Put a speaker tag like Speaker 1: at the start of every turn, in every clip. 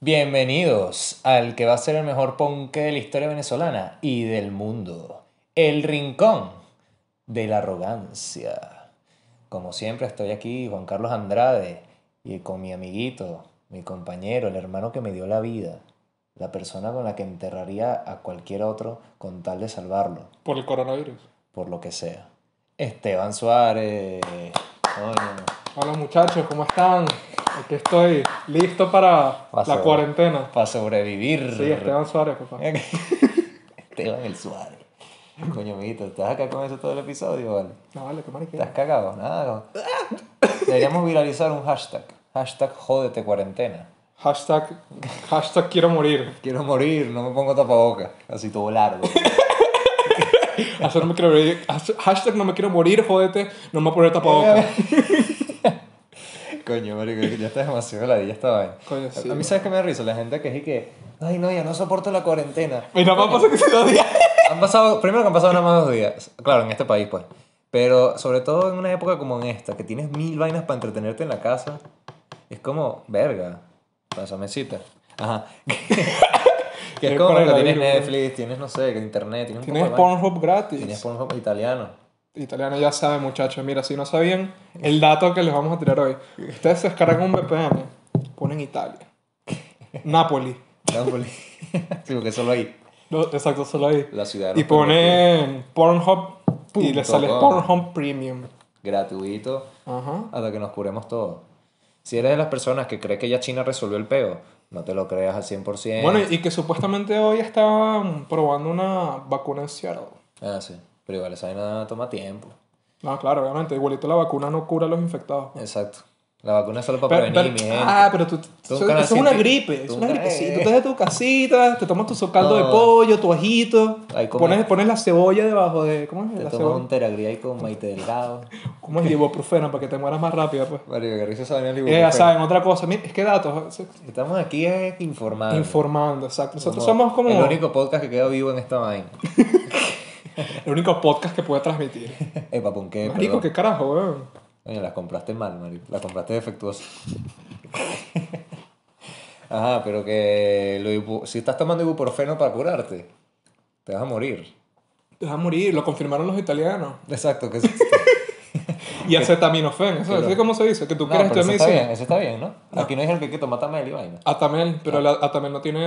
Speaker 1: Bienvenidos al que va a ser el mejor ponque de la historia venezolana y del mundo. El rincón de la arrogancia. Como siempre estoy aquí, Juan Carlos Andrade, y con mi amiguito, mi compañero, el hermano que me dio la vida, la persona con la que enterraría a cualquier otro con tal de salvarlo,
Speaker 2: Por el coronavirus.
Speaker 1: por lo que sea. Esteban Suárez. Coño.
Speaker 2: Hola muchachos, ¿cómo están? Aquí estoy, listo para
Speaker 1: Pasó.
Speaker 2: la cuarentena.
Speaker 1: Para sobrevivir.
Speaker 2: Sí, Esteban Suárez, papá.
Speaker 1: Esteban el Suárez. Coño, amiguito, ¿estás acá con eso todo el episodio, vale?
Speaker 2: No, vale, qué
Speaker 1: ¿Estás
Speaker 2: mariquera.
Speaker 1: cagado? Nada. Deberíamos viralizar un hashtag. Hashtag jódete cuarentena.
Speaker 2: Hashtag, hashtag quiero morir.
Speaker 1: Quiero morir, no me pongo tapabocas. Así todo largo.
Speaker 2: Hashtag no me quiero morir, hashtag no me quiero morir, jódete, no me voy a poner tapabocas.
Speaker 1: Coño, marico, ya estás demasiado ladilla esta vaina.
Speaker 2: Coño, sí,
Speaker 1: a mí,
Speaker 2: man.
Speaker 1: ¿sabes qué me da risa? La gente que es y que... Ay, no, ya no soporto la cuarentena.
Speaker 2: Mi papá pasa que se lo diga.
Speaker 1: Han pasado... Primero que han pasado nada más dos días. Claro, en este país, pues. Pero sobre todo en una época como en esta, que tienes mil vainas para entretenerte en la casa, es como... Verga. Pásame cita. Ajá. que es
Speaker 2: El
Speaker 1: como que tienes
Speaker 2: coronavirus, ¿no?
Speaker 1: Netflix, tienes, no sé, que internet, tienes un
Speaker 2: Tienes
Speaker 1: poco de vaina.
Speaker 2: Pornhub
Speaker 1: Tienes
Speaker 2: gratis.
Speaker 1: porno italiano.
Speaker 2: Italiano ya saben, muchachos. Mira, si no sabían el dato que les vamos a tirar hoy. Ustedes se descargan un VPN, ponen Italia. Napoli.
Speaker 1: Nápoles. sí, porque solo hay
Speaker 2: No, exacto, solo ahí.
Speaker 1: la ciudad.
Speaker 2: Y
Speaker 1: no permite.
Speaker 2: pone Pornhub y le
Speaker 1: Punto
Speaker 2: sale
Speaker 1: com.
Speaker 2: Pornhub Premium.
Speaker 1: Gratuito.
Speaker 2: Ajá.
Speaker 1: hasta que nos curemos todos. Si eres de las personas que cree que ya China resolvió el peo, no te lo creas al 100%.
Speaker 2: Bueno, y que supuestamente hoy estaban probando una vacuna en Seattle.
Speaker 1: Ah, sí. Pero igual esa vaina toma tiempo.
Speaker 2: No, claro, obviamente. Igualito la vacuna no cura a los infectados.
Speaker 1: Exacto. La vacuna es solo para
Speaker 2: Pero-
Speaker 1: prevenir, mi
Speaker 2: pero-
Speaker 1: gente.
Speaker 2: ah, pero tú,
Speaker 1: Tú
Speaker 2: eso,
Speaker 1: nunca
Speaker 2: eso es una
Speaker 1: naciste-
Speaker 2: gripe,
Speaker 1: tú
Speaker 2: es una
Speaker 1: nunca-
Speaker 2: gripecita. Tú estás de tu casita, te tomas tu socaldo de
Speaker 1: No.
Speaker 2: pollo, tu ajito,
Speaker 1: Ahí come.
Speaker 2: pones, pones la cebolla debajo de... ¿Cómo es?
Speaker 1: te
Speaker 2: La
Speaker 1: tomas
Speaker 2: cebolla.
Speaker 1: un teragría ahí con Maite Delgado.
Speaker 2: ¿Cómo es? Ibuprofeno para que te mueras más rápido, pues.
Speaker 1: Mario, que risa esa vaina del
Speaker 2: Eh, ya
Speaker 1: ibuprofeno.
Speaker 2: saben, otra cosa. Mira, es que datos,
Speaker 1: Estamos aquí eh, informando.
Speaker 2: informando, exacto. Nosotros somos como...
Speaker 1: El único podcast que queda vivo en esta vaina.
Speaker 2: El único podcast que puede transmitir.
Speaker 1: Epa, ¿con qué?
Speaker 2: Marico,
Speaker 1: Perdón.
Speaker 2: qué carajo, weón.
Speaker 1: Coño, las compraste mal, Mario. Las compraste defectuosas. Ajá, pero que lo ibu- si estás tomando ibuprofeno para curarte, te vas a morir.
Speaker 2: Te vas a morir, lo confirmaron los italianos.
Speaker 1: Exacto, que eso,
Speaker 2: Y acetaminofén, ¿sabes? ¿Sabes cómo se dice? Que tú
Speaker 1: No,
Speaker 2: quieres este
Speaker 1: pero
Speaker 2: estudiar
Speaker 1: eso está bien, eso está
Speaker 2: medicina.
Speaker 1: bien, ¿no? Aquí no dijeron que hay que tomar tamel y vaina.
Speaker 2: Atamel, pero la Atamel no tiene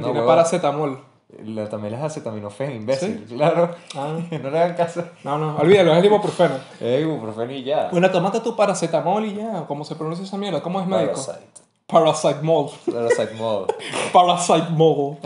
Speaker 1: Ah. No,
Speaker 2: tiene
Speaker 1: huevón.
Speaker 2: paracetamol.
Speaker 1: La tamel es acetaminofén, imbécil, claro.
Speaker 2: Ah.
Speaker 1: No le hagan caso.
Speaker 2: No, no, olvídalo, es ibuprofeno.
Speaker 1: Es ibuprofeno y ya.
Speaker 2: Bueno, tómate tu paracetamol y ya. ¿Cómo se pronuncia esa mierda? ¿Cómo es médico?
Speaker 1: Parasite.
Speaker 2: Paracetamol.
Speaker 1: Parasite mode.
Speaker 2: Paracetamol.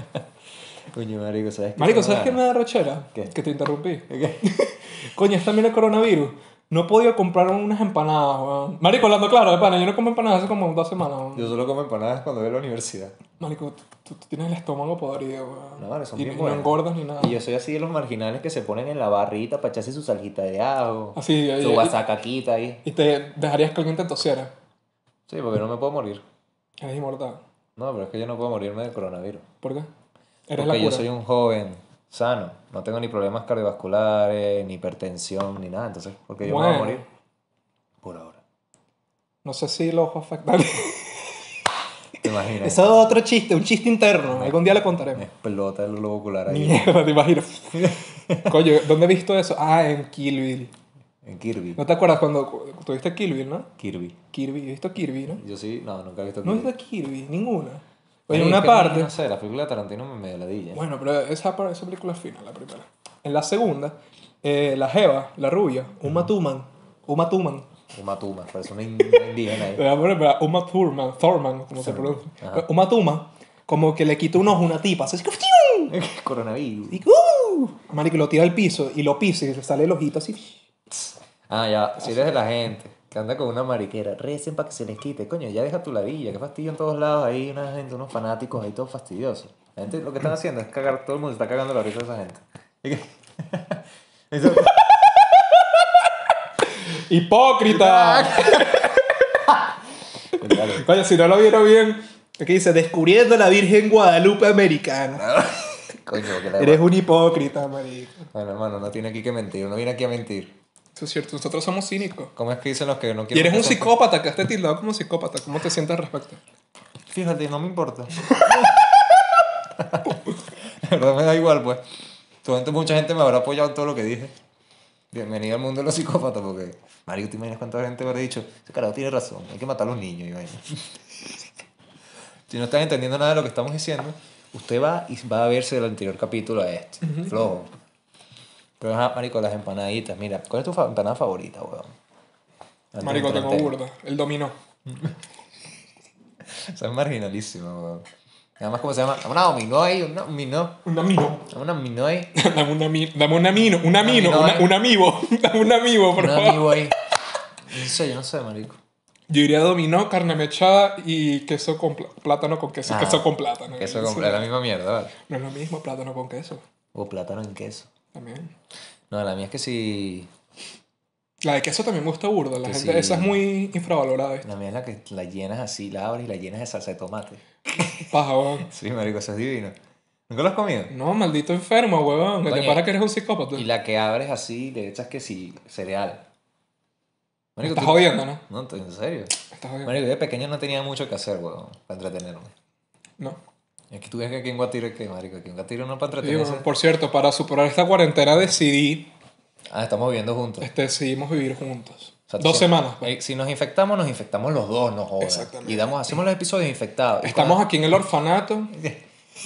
Speaker 1: Coño, marico, ¿sabes qué?
Speaker 2: Marico,
Speaker 1: tengo
Speaker 2: ¿sabes qué me
Speaker 1: ganas?
Speaker 2: da rochera?
Speaker 1: ¿Qué?
Speaker 2: Que te interrumpí.
Speaker 1: ¿Qué?
Speaker 2: Coño, es también el coronavirus. No he podido comprar unas empanadas, weón. Marico, hablando claro, de pana, yo no como empanadas hace como dos semanas, weón.
Speaker 1: Yo solo como empanadas cuando voy a la universidad.
Speaker 2: Marico, tú- tú, tú tienes el estómago podrido, weón.
Speaker 1: No, vale, son
Speaker 2: y,
Speaker 1: bien
Speaker 2: y
Speaker 1: buenas.
Speaker 2: no engordas ni nada.
Speaker 1: Y yo soy así de los marginales que se ponen en la barrita para echarse su salsita de ajo,
Speaker 2: Así, y,
Speaker 1: su
Speaker 2: y-
Speaker 1: guasacaquita ahí.
Speaker 2: y te dejarías que alguien te tosiera.
Speaker 1: Sí, porque no me puedo morir.
Speaker 2: Eres inmortal.
Speaker 1: No, pero es que yo no puedo morirme del coronavirus.
Speaker 2: ¿Por qué? Eres
Speaker 1: Porque
Speaker 2: la
Speaker 1: yo
Speaker 2: cura.
Speaker 1: soy un joven sano. No tengo ni problemas cardiovasculares, ni hipertensión, ni nada. Entonces, porque yo me voy a
Speaker 2: Bueno.
Speaker 1: morir por ahora.
Speaker 2: No sé si lo ojo afecta.
Speaker 1: ¿Te imaginas?
Speaker 2: Eso es otro chiste, un chiste interno. Algún día lo
Speaker 1: Me
Speaker 2: contaremos.
Speaker 1: explota el globo ocular ahí
Speaker 2: Mierda, te imaginas. Coño, ¿dónde he visto eso? Ah, en Kill Bill.
Speaker 1: en Kirby.
Speaker 2: ¿No te acuerdas cuando cu- tuviste Kill Bill, no?
Speaker 1: Kirby.
Speaker 2: Kirby, he visto Kirby, ¿no?
Speaker 1: Yo sí, no, nunca he visto
Speaker 2: No he
Speaker 1: Kirby.
Speaker 2: visto Kirby, ninguna.
Speaker 1: Oye,
Speaker 2: En
Speaker 1: es
Speaker 2: una
Speaker 1: que no-
Speaker 2: parte.
Speaker 1: No sé, la película de Tarantino me medio ladilla.
Speaker 2: Bueno, pero esa, par- esa película es final, la primera. En la segunda, eh, la Jeva, la rubia, Uma Thurman. Uma Thurman.
Speaker 1: Uma Tuma, parece una in- una indígena ahí.
Speaker 2: Eh, bueno, pero Uma Thurman, Thurman, como se pronuncia.
Speaker 1: ajá.
Speaker 2: Uma Thurman, como que le quita un ojo a una tipa. Así que. ¡fiu!
Speaker 1: Coronavirus.
Speaker 2: Y, ¡uh! Marico, lo tira al piso y lo pisa y le sale el ojito así.
Speaker 1: Ah, ya, si eres de la gente que anda con una mariquera, recen para que se les quite. Coño, ya deja tu ladilla, que fastidio en todos lados. Ahí una gente, unos fanáticos ahí todos fastidiosos. La gente lo que están haciendo es cagar, todo el mundo está cagando la risa de esa gente. Y que- Eso-
Speaker 2: ¡Hipócrita!
Speaker 1: Dale.
Speaker 2: Coño, si no lo vieron bien, aquí dice: Descubriendo la Virgen Guadalupe
Speaker 1: Ah,
Speaker 2: Americana.
Speaker 1: Coño, que la
Speaker 2: Eres un hipócrita, marico.
Speaker 1: Bueno, hermano, no tiene aquí que mentir, uno viene aquí a mentir.
Speaker 2: Eso es cierto, nosotros somos cínicos.
Speaker 1: ¿Cómo es que dicen los que no
Speaker 2: Y
Speaker 1: quieren?
Speaker 2: eres
Speaker 1: que
Speaker 2: un
Speaker 1: se-
Speaker 2: psicópata, que has tildado como psicópata. ¿Cómo te sientes al respecto?
Speaker 1: Fíjate, no me importa. La verdad me da igual, pues. Entonces, mucha gente me habrá apoyado en todo lo que dije. Bienvenido al mundo de los psicópatas, porque, Mario, ¿te imaginas cuánta gente habrá dicho? Ese carajo tiene razón, hay que matar a los niños, y vaina"? si no están entendiendo nada de lo que estamos diciendo, usted va y va a verse del anterior capítulo a este. Flojo. Pero, ajá, Marico, las empanaditas, mira, ¿cuál es tu fa- empanada favorita, weón? Antes
Speaker 2: Marico,
Speaker 1: de entrar en
Speaker 2: tengo
Speaker 1: tema.
Speaker 2: burda. El dominó.
Speaker 1: Son marginalísimos, weón. Además, ¿cómo se llama? Una dominó ahí, una dominó.
Speaker 2: Un amino.
Speaker 1: Una dominó ahí.
Speaker 2: Dame un amino. Dame un amino. Un amino.
Speaker 1: amino,
Speaker 2: una-
Speaker 1: eh.
Speaker 2: un amigo. Dame un amigo, por
Speaker 1: Una
Speaker 2: favor.
Speaker 1: amigo ahí. No sé, yo no sé, marico.
Speaker 2: Yo diría dominó, carne mechada y queso con pla- plátano con queso.
Speaker 1: Ah,
Speaker 2: queso con plátano.
Speaker 1: Queso
Speaker 2: Eso
Speaker 1: con la misma mierda, vale.
Speaker 2: No es lo mismo plátano con queso.
Speaker 1: O plátano en queso.
Speaker 2: También.
Speaker 1: No, la mía es que sí.
Speaker 2: La de queso también me gusta burda. La
Speaker 1: Que
Speaker 2: gente,
Speaker 1: sí.
Speaker 2: Esa es muy infravalorada. ¿viste?
Speaker 1: La mía es la que la llenas así, la abres y la llenas de salsa de tomate.
Speaker 2: Paja, weón.
Speaker 1: Sí, marico, eso es divino. ¿Nunca lo has comido?
Speaker 2: No, maldito enfermo, huevón. Que te
Speaker 1: Coño.
Speaker 2: para que eres un psicópata.
Speaker 1: Y la que abres así, le echas que sí, cereal.
Speaker 2: Me
Speaker 1: Marico,
Speaker 2: Estás
Speaker 1: tú-
Speaker 2: jodiendo, ¿no?
Speaker 1: No, en serio.
Speaker 2: Me Estás jodiendo.
Speaker 1: Marico, yo de pequeño no tenía mucho que hacer, weón, para entretenerme.
Speaker 2: No.
Speaker 1: Es que tú ves que aquí en Guatire, ¿qué, marico? Aquí en Guatire no para
Speaker 2: Sí,
Speaker 1: entretenerse.
Speaker 2: bueno, por cierto, para superar esta cuarentena decidí,
Speaker 1: Ah, estamos viviendo juntos.
Speaker 2: este, decidimos vivir juntos.
Speaker 1: O sea,
Speaker 2: Dos
Speaker 1: si-
Speaker 2: semanas. pues.
Speaker 1: eh, Si nos infectamos, nos infectamos los dos, no jodas.
Speaker 2: Exactamente.
Speaker 1: Y damos, hacemos los episodios infectados. Y
Speaker 2: Estamos aquí en el orfanato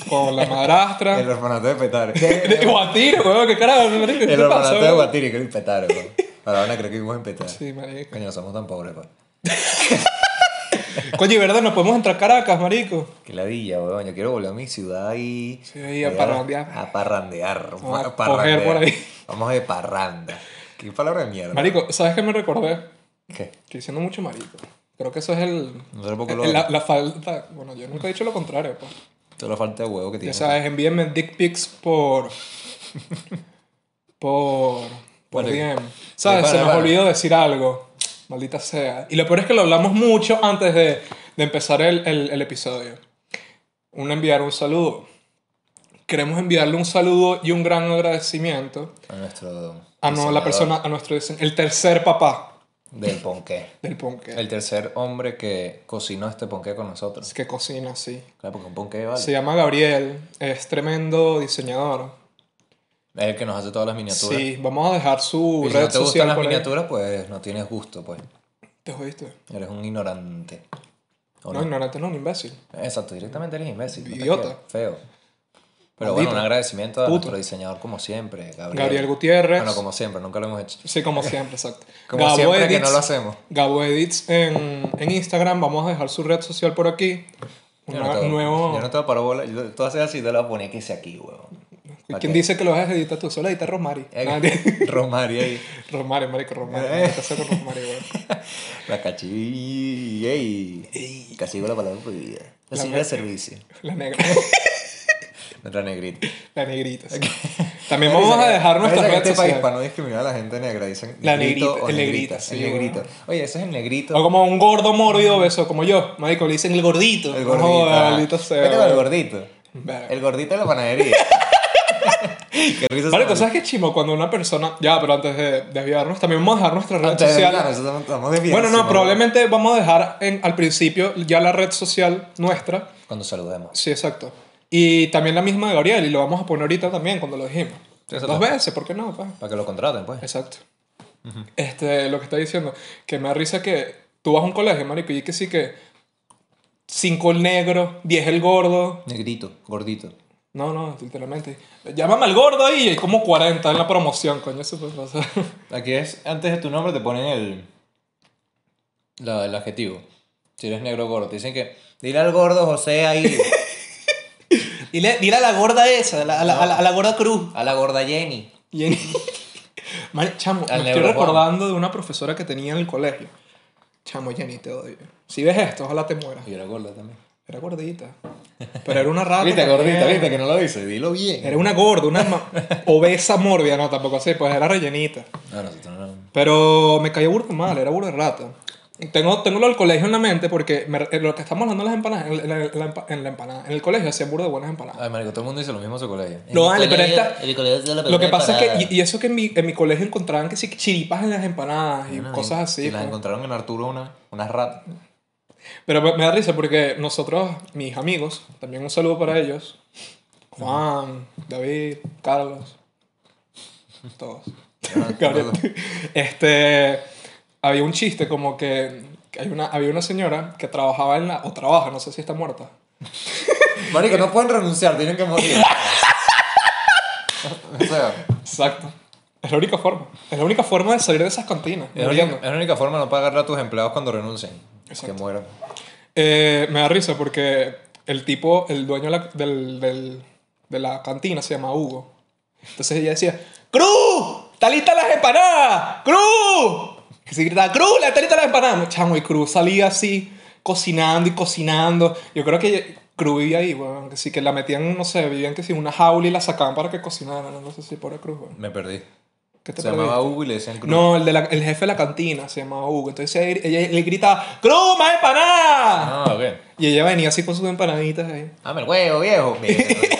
Speaker 2: con
Speaker 1: cuando-
Speaker 2: la madrastra.
Speaker 1: El orfanato de Petare.
Speaker 2: De Guatire, huevón, qué carajo, marico, ¿qué
Speaker 1: el
Speaker 2: te pasa,
Speaker 1: orfanato de
Speaker 2: huevón?
Speaker 1: Guatire, que es Petare, pues. weón. Ahora van a creer que vivimos en Petare.
Speaker 2: Sí, marico.
Speaker 1: Coño, no somos tan pobres, pues. weón.
Speaker 2: Coño, y verdad, nos podemos entrar a Caracas, marico.
Speaker 1: Qué ladilla, weón. Yo quiero volver a mi ciudad y.
Speaker 2: Sí, ahí a parrandear.
Speaker 1: A parrandear.
Speaker 2: Vamos a
Speaker 1: a parrandear.
Speaker 2: coger por ahí.
Speaker 1: Vamos de parranda. Qué palabra de mierda.
Speaker 2: Marico, ¿sabes qué me recordé?
Speaker 1: ¿Qué?
Speaker 2: Estoy diciendo mucho marico. Creo que eso es el...
Speaker 1: No sé por qué
Speaker 2: el-
Speaker 1: lo.
Speaker 2: la, la falta... Bueno, yo nunca he dicho lo contrario, pues.
Speaker 1: Toda la falta de huevo que
Speaker 2: Ya
Speaker 1: tienes.
Speaker 2: sabes, envíenme dick pics por... por... por
Speaker 1: Bueno,
Speaker 2: DM. ¿Sabes?
Speaker 1: para,
Speaker 2: Se nos
Speaker 1: para.
Speaker 2: olvidó decir algo. Maldita sea. Y lo peor es que lo hablamos mucho antes de, de empezar el, el- el episodio. Un enviar un saludo. Queremos enviarle un saludo y un gran agradecimiento
Speaker 1: A nuestro.
Speaker 2: a Ah, no, la
Speaker 1: diseñador
Speaker 2: persona, a nuestro dise- el tercer papá
Speaker 1: Del ponqué.
Speaker 2: del ponque.
Speaker 1: El tercer hombre que cocinó este ponqué con nosotros.
Speaker 2: que cocina, sí.
Speaker 1: Claro, porque un ponqué vale.
Speaker 2: Se llama Gabriel, es tremendo diseñador.
Speaker 1: Es el que nos hace todas las miniaturas.
Speaker 2: Sí, vamos a dejar su
Speaker 1: Y si
Speaker 2: red
Speaker 1: no te
Speaker 2: social.
Speaker 1: gustan las
Speaker 2: por ahí.
Speaker 1: miniaturas, pues no tienes gusto, pues.
Speaker 2: ¿Te jodiste?
Speaker 1: Eres un ignorante. ¿O
Speaker 2: No, ignorante, no, un imbécil.
Speaker 1: Exacto, directamente eres imbécil. no te
Speaker 2: Idiota.
Speaker 1: quiero, Feo. Pero
Speaker 2: Maldito.
Speaker 1: bueno, un agradecimiento a
Speaker 2: Puto.
Speaker 1: nuestro diseñador, como siempre, Gabriel.
Speaker 2: Gabriel Gutiérrez.
Speaker 1: Bueno, como siempre, nunca lo hemos hecho.
Speaker 2: Sí, como siempre, exacto.
Speaker 1: Como
Speaker 2: Gabo
Speaker 1: siempre que
Speaker 2: Edits-
Speaker 1: no lo hacemos.
Speaker 2: Gabo Edits en, en Instagram, vamos a dejar su red social por aquí.
Speaker 1: Yo
Speaker 2: Una-
Speaker 1: no te-
Speaker 2: nuevo...
Speaker 1: Yo no te paro bola. Yo, tú haces así, te lo pones que sea aquí, huevón.
Speaker 2: ¿Quién dice que lo vas a editar tú? Solo edita Rosmari. Nadie.
Speaker 1: Eh, Romario ahí.
Speaker 2: Rosmari, marico, Rosmari.
Speaker 1: Eh.
Speaker 2: me metas con Rosmari, güey.
Speaker 1: La cachí. Ey. Casi digo la palabra prohibida. La
Speaker 2: La
Speaker 1: señora de servicio.
Speaker 2: La negra.
Speaker 1: Nuestra negrita.
Speaker 2: La negrita. sí. También vamos a
Speaker 1: nuestra
Speaker 2: dejar nuestras
Speaker 1: gente este
Speaker 2: redes
Speaker 1: país
Speaker 2: sociales.
Speaker 1: para no discriminar a la gente negra. Dicen
Speaker 2: La
Speaker 1: negrito
Speaker 2: negrita,
Speaker 1: o
Speaker 2: el negrita,
Speaker 1: negrita,
Speaker 2: sí,
Speaker 1: el
Speaker 2: huevón.
Speaker 1: negrito. Oye, ese es el negrito.
Speaker 2: O como un gordo mórbido beso, como yo. Marico, le dicen el gordito.
Speaker 1: El
Speaker 2: No,
Speaker 1: gordito. ah.
Speaker 2: maldito sea.
Speaker 1: Vete con el gordito.
Speaker 2: Verga.
Speaker 1: El gordito de la panadería. Qué risa.
Speaker 2: Marico, ¿sabes qué chimo? Cuando una persona... Ya, pero antes de desviarnos, también vamos a dejar nuestras redes
Speaker 1: Antes de
Speaker 2: sociales.
Speaker 1: hablar, nosotros estamos de
Speaker 2: bueno, no,
Speaker 1: fiesta,
Speaker 2: probablemente vamos a dejar en- al principio ya la red social nuestra.
Speaker 1: Cuando saludemos.
Speaker 2: Sí, exacto. Y también la misma de Gabriel, y lo vamos a poner ahorita también cuando lo dijimos.
Speaker 1: Sí,
Speaker 2: Dos
Speaker 1: exacto.
Speaker 2: veces, ¿por qué no? pa?
Speaker 1: Para que lo contraten, pues.
Speaker 2: Exacto. Este, lo que está diciendo, que me da risa que tú vas a un colegio, marico, y que sí que cinco el negro, 10 el gordo.
Speaker 1: Negrito, gordito.
Speaker 2: No, no, literalmente. Llámame al gordo ahí, y hay como 40 en la promoción, coño, eso pues, o sea,
Speaker 1: Aquí es, antes de tu nombre te ponen el, la- el adjetivo. Si eres negro gordo, te dicen que, dile al gordo José ahí,
Speaker 2: Dile, dile a la gorda esa, a la, a la- a la- a la gorda cruz.
Speaker 1: a la gorda Jenny.
Speaker 2: Y en- Mari- chamo,
Speaker 1: Al
Speaker 2: me
Speaker 1: negro
Speaker 2: estoy
Speaker 1: Juan.
Speaker 2: recordando de una profesora que tenía en el colegio. Chamo, Jenny, te odio. Si ves esto, ojalá te mueras.
Speaker 1: Y era gorda también.
Speaker 2: Era gordita. Pero era una rata.
Speaker 1: Viste,
Speaker 2: también.
Speaker 1: gordita, viste, que no lo dice, dilo bien.
Speaker 2: Era una gorda, una ma- obesa mórbida, no, tampoco así, pues era rellenita.
Speaker 1: Ah, No, nosotros no.
Speaker 2: Pero me cayó burda mal, era burda de rata. Tengo, tengo lo del colegio en la mente porque me- en lo que estamos hablando de las empanadas, en, la- en la- en la- en la empanada, en el colegio hacían burda de buenas empanadas.
Speaker 1: Ay, marico, todo el mundo dice lo mismo en su colegio.
Speaker 2: No vale, pero esta- Lo que pasa es que, y,
Speaker 1: y,
Speaker 2: y eso que en mi, en mi colegio encontraban que sí, chiripas en las empanadas y cosas así.
Speaker 1: las
Speaker 2: pues.
Speaker 1: encontraron en Arturo una, unas ratas.
Speaker 2: Pero me, me da risa porque nosotros, mis amigos, también un saludo para ellos. Juan, David, Carlos, todos. Gabriel. Este, había un chiste como que que hay una, había una señora que trabajaba en la, o trabaja, no sé si está muerta.
Speaker 1: Marico, no pueden renunciar, tienen que morir. o sea,
Speaker 2: Exacto. Es la única forma. Es la única forma de salir de esas cantinas.
Speaker 1: es la, única,
Speaker 2: muriendo.
Speaker 1: es la única forma de no pagarle a tus empleados cuando renuncien. Que mueran.
Speaker 2: Eh, me da risa porque el tipo, el dueño de la, del- del- de la cantina se llama Hugo. Entonces ella decía, ¡Cruz! ¡Está lista las empanadas! ¡Cruz! Y se gritaba, ¡Cruz! la- ¡Está lista las empanadas! Chamo, y Cruz salía así, cocinando y cocinando. Yo creo que Cruz vivía ahí, weón. Que sí, que la metían, no sé, vivían que sí, en una jaula y la sacaban para que cocinara. No, sé si pobre Cruz, weón.
Speaker 1: Me perdí.
Speaker 2: ¿Qué te
Speaker 1: Se llamaba
Speaker 2: perdiste?
Speaker 1: Hugo y le decían Cruz.
Speaker 2: No, el, de la- el jefe de la cantina se llamaba Hugo. Entonces ella, ella le gritaba, ¡Cruz, más empanadas!
Speaker 1: Ah, ok. Ah,
Speaker 2: Y ella venía así con sus empanaditas ahí.
Speaker 1: Dame el huevo, viejo. Mierda.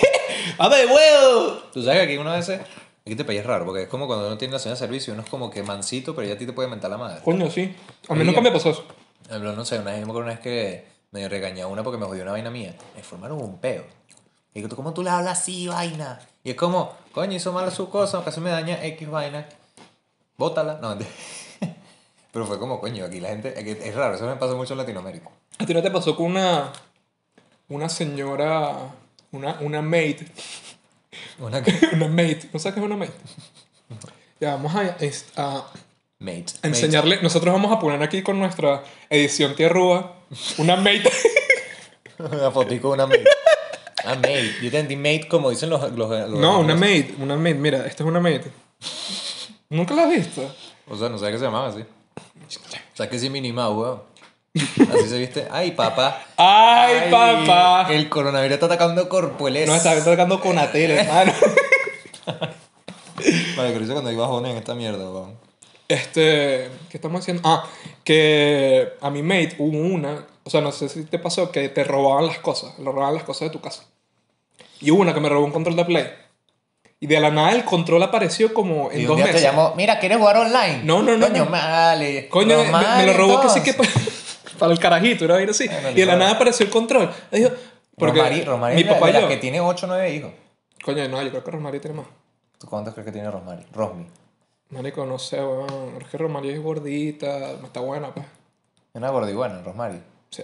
Speaker 2: ¡A ver, huevo!
Speaker 1: Tú sabes que aquí uno a veces. Aquí te payas raro, porque es como cuando uno tiene la señal de servicio, uno es como que mansito, pero ya a ti te puede mentar la madre.
Speaker 2: Coño, sí. A mí
Speaker 1: Ahí
Speaker 2: nunca
Speaker 1: ya.
Speaker 2: me pasó eso.
Speaker 1: Habló, no sé, una vez, me acuerdo una vez que me regañé a una porque me jodió una vaina mía. Me formaron un peo. Y que tú, ¿cómo tú le hablas así, vaina? Y es como, coño, hizo mal su cosa, casi me daña X vaina. Bótala. No, mentira. Pero fue como, coño, aquí la gente. aquí- Es raro, eso me pasó mucho en Latinoamérica.
Speaker 2: ¿A ti no te pasó con una. Una señora. Una, una maid.
Speaker 1: Una que.
Speaker 2: Una maid. ¿No sabes qué es una maid? Ya, vamos a, es- a
Speaker 1: Mate.
Speaker 2: enseñarle. Nosotros vamos a poner aquí con nuestra edición tierrúa. Una maid.
Speaker 1: mate. Una fotico de una mate. Ah, mate. Yo te entendí mate como dicen los. los, los-
Speaker 2: no, una
Speaker 1: los-
Speaker 2: maid. Una maid. Mira, esta es una maid. ¿Nunca la has visto?
Speaker 1: O sea, no sabía que se llamaba así. O sea, que sí minimado, weón. Así se viste. Ay, papá.
Speaker 2: ¡Ay, papá!
Speaker 1: El coronavirus está atacando corpueles.
Speaker 2: Nos está atacando con la tele, hermano.
Speaker 1: Vale, pero eso cuando hay bajones en esta mierda, weón.
Speaker 2: Este, ¿qué estamos haciendo? Ah, que a mi mate hubo una, o sea, no sé si te pasó que te robaban las cosas, le robaban las cosas de tu casa. Y hubo una que me robó un control de Play. Y de la nada el control apareció como en
Speaker 1: Y un
Speaker 2: dos
Speaker 1: día te
Speaker 2: meses.
Speaker 1: llamó, mira, ¿quieres jugar online?
Speaker 2: No, no, no,
Speaker 1: Coño,
Speaker 2: no.
Speaker 1: vale.
Speaker 2: Coño,
Speaker 1: Pero
Speaker 2: me,
Speaker 1: mal,
Speaker 2: me lo robó que sí que
Speaker 1: entonces.
Speaker 2: pa- para el carajito, era ir así.
Speaker 1: Bueno,
Speaker 2: y de la
Speaker 1: claro.
Speaker 2: nada apareció el control. Y Dijo, porque
Speaker 1: Romari, Romari
Speaker 2: mi
Speaker 1: es la-
Speaker 2: papá
Speaker 1: de
Speaker 2: y
Speaker 1: las
Speaker 2: yo.
Speaker 1: que tiene 8 o 9 hijos.
Speaker 2: Coño, no, yo creo que Romario tiene más.
Speaker 1: ¿Tú cuántos crees que tiene Rosmari? Rosmi.
Speaker 2: Marico, no sé, weón. Es que Romario es gordita, está buena, pues.
Speaker 1: Una gordiguana, Rosmari.
Speaker 2: Sí.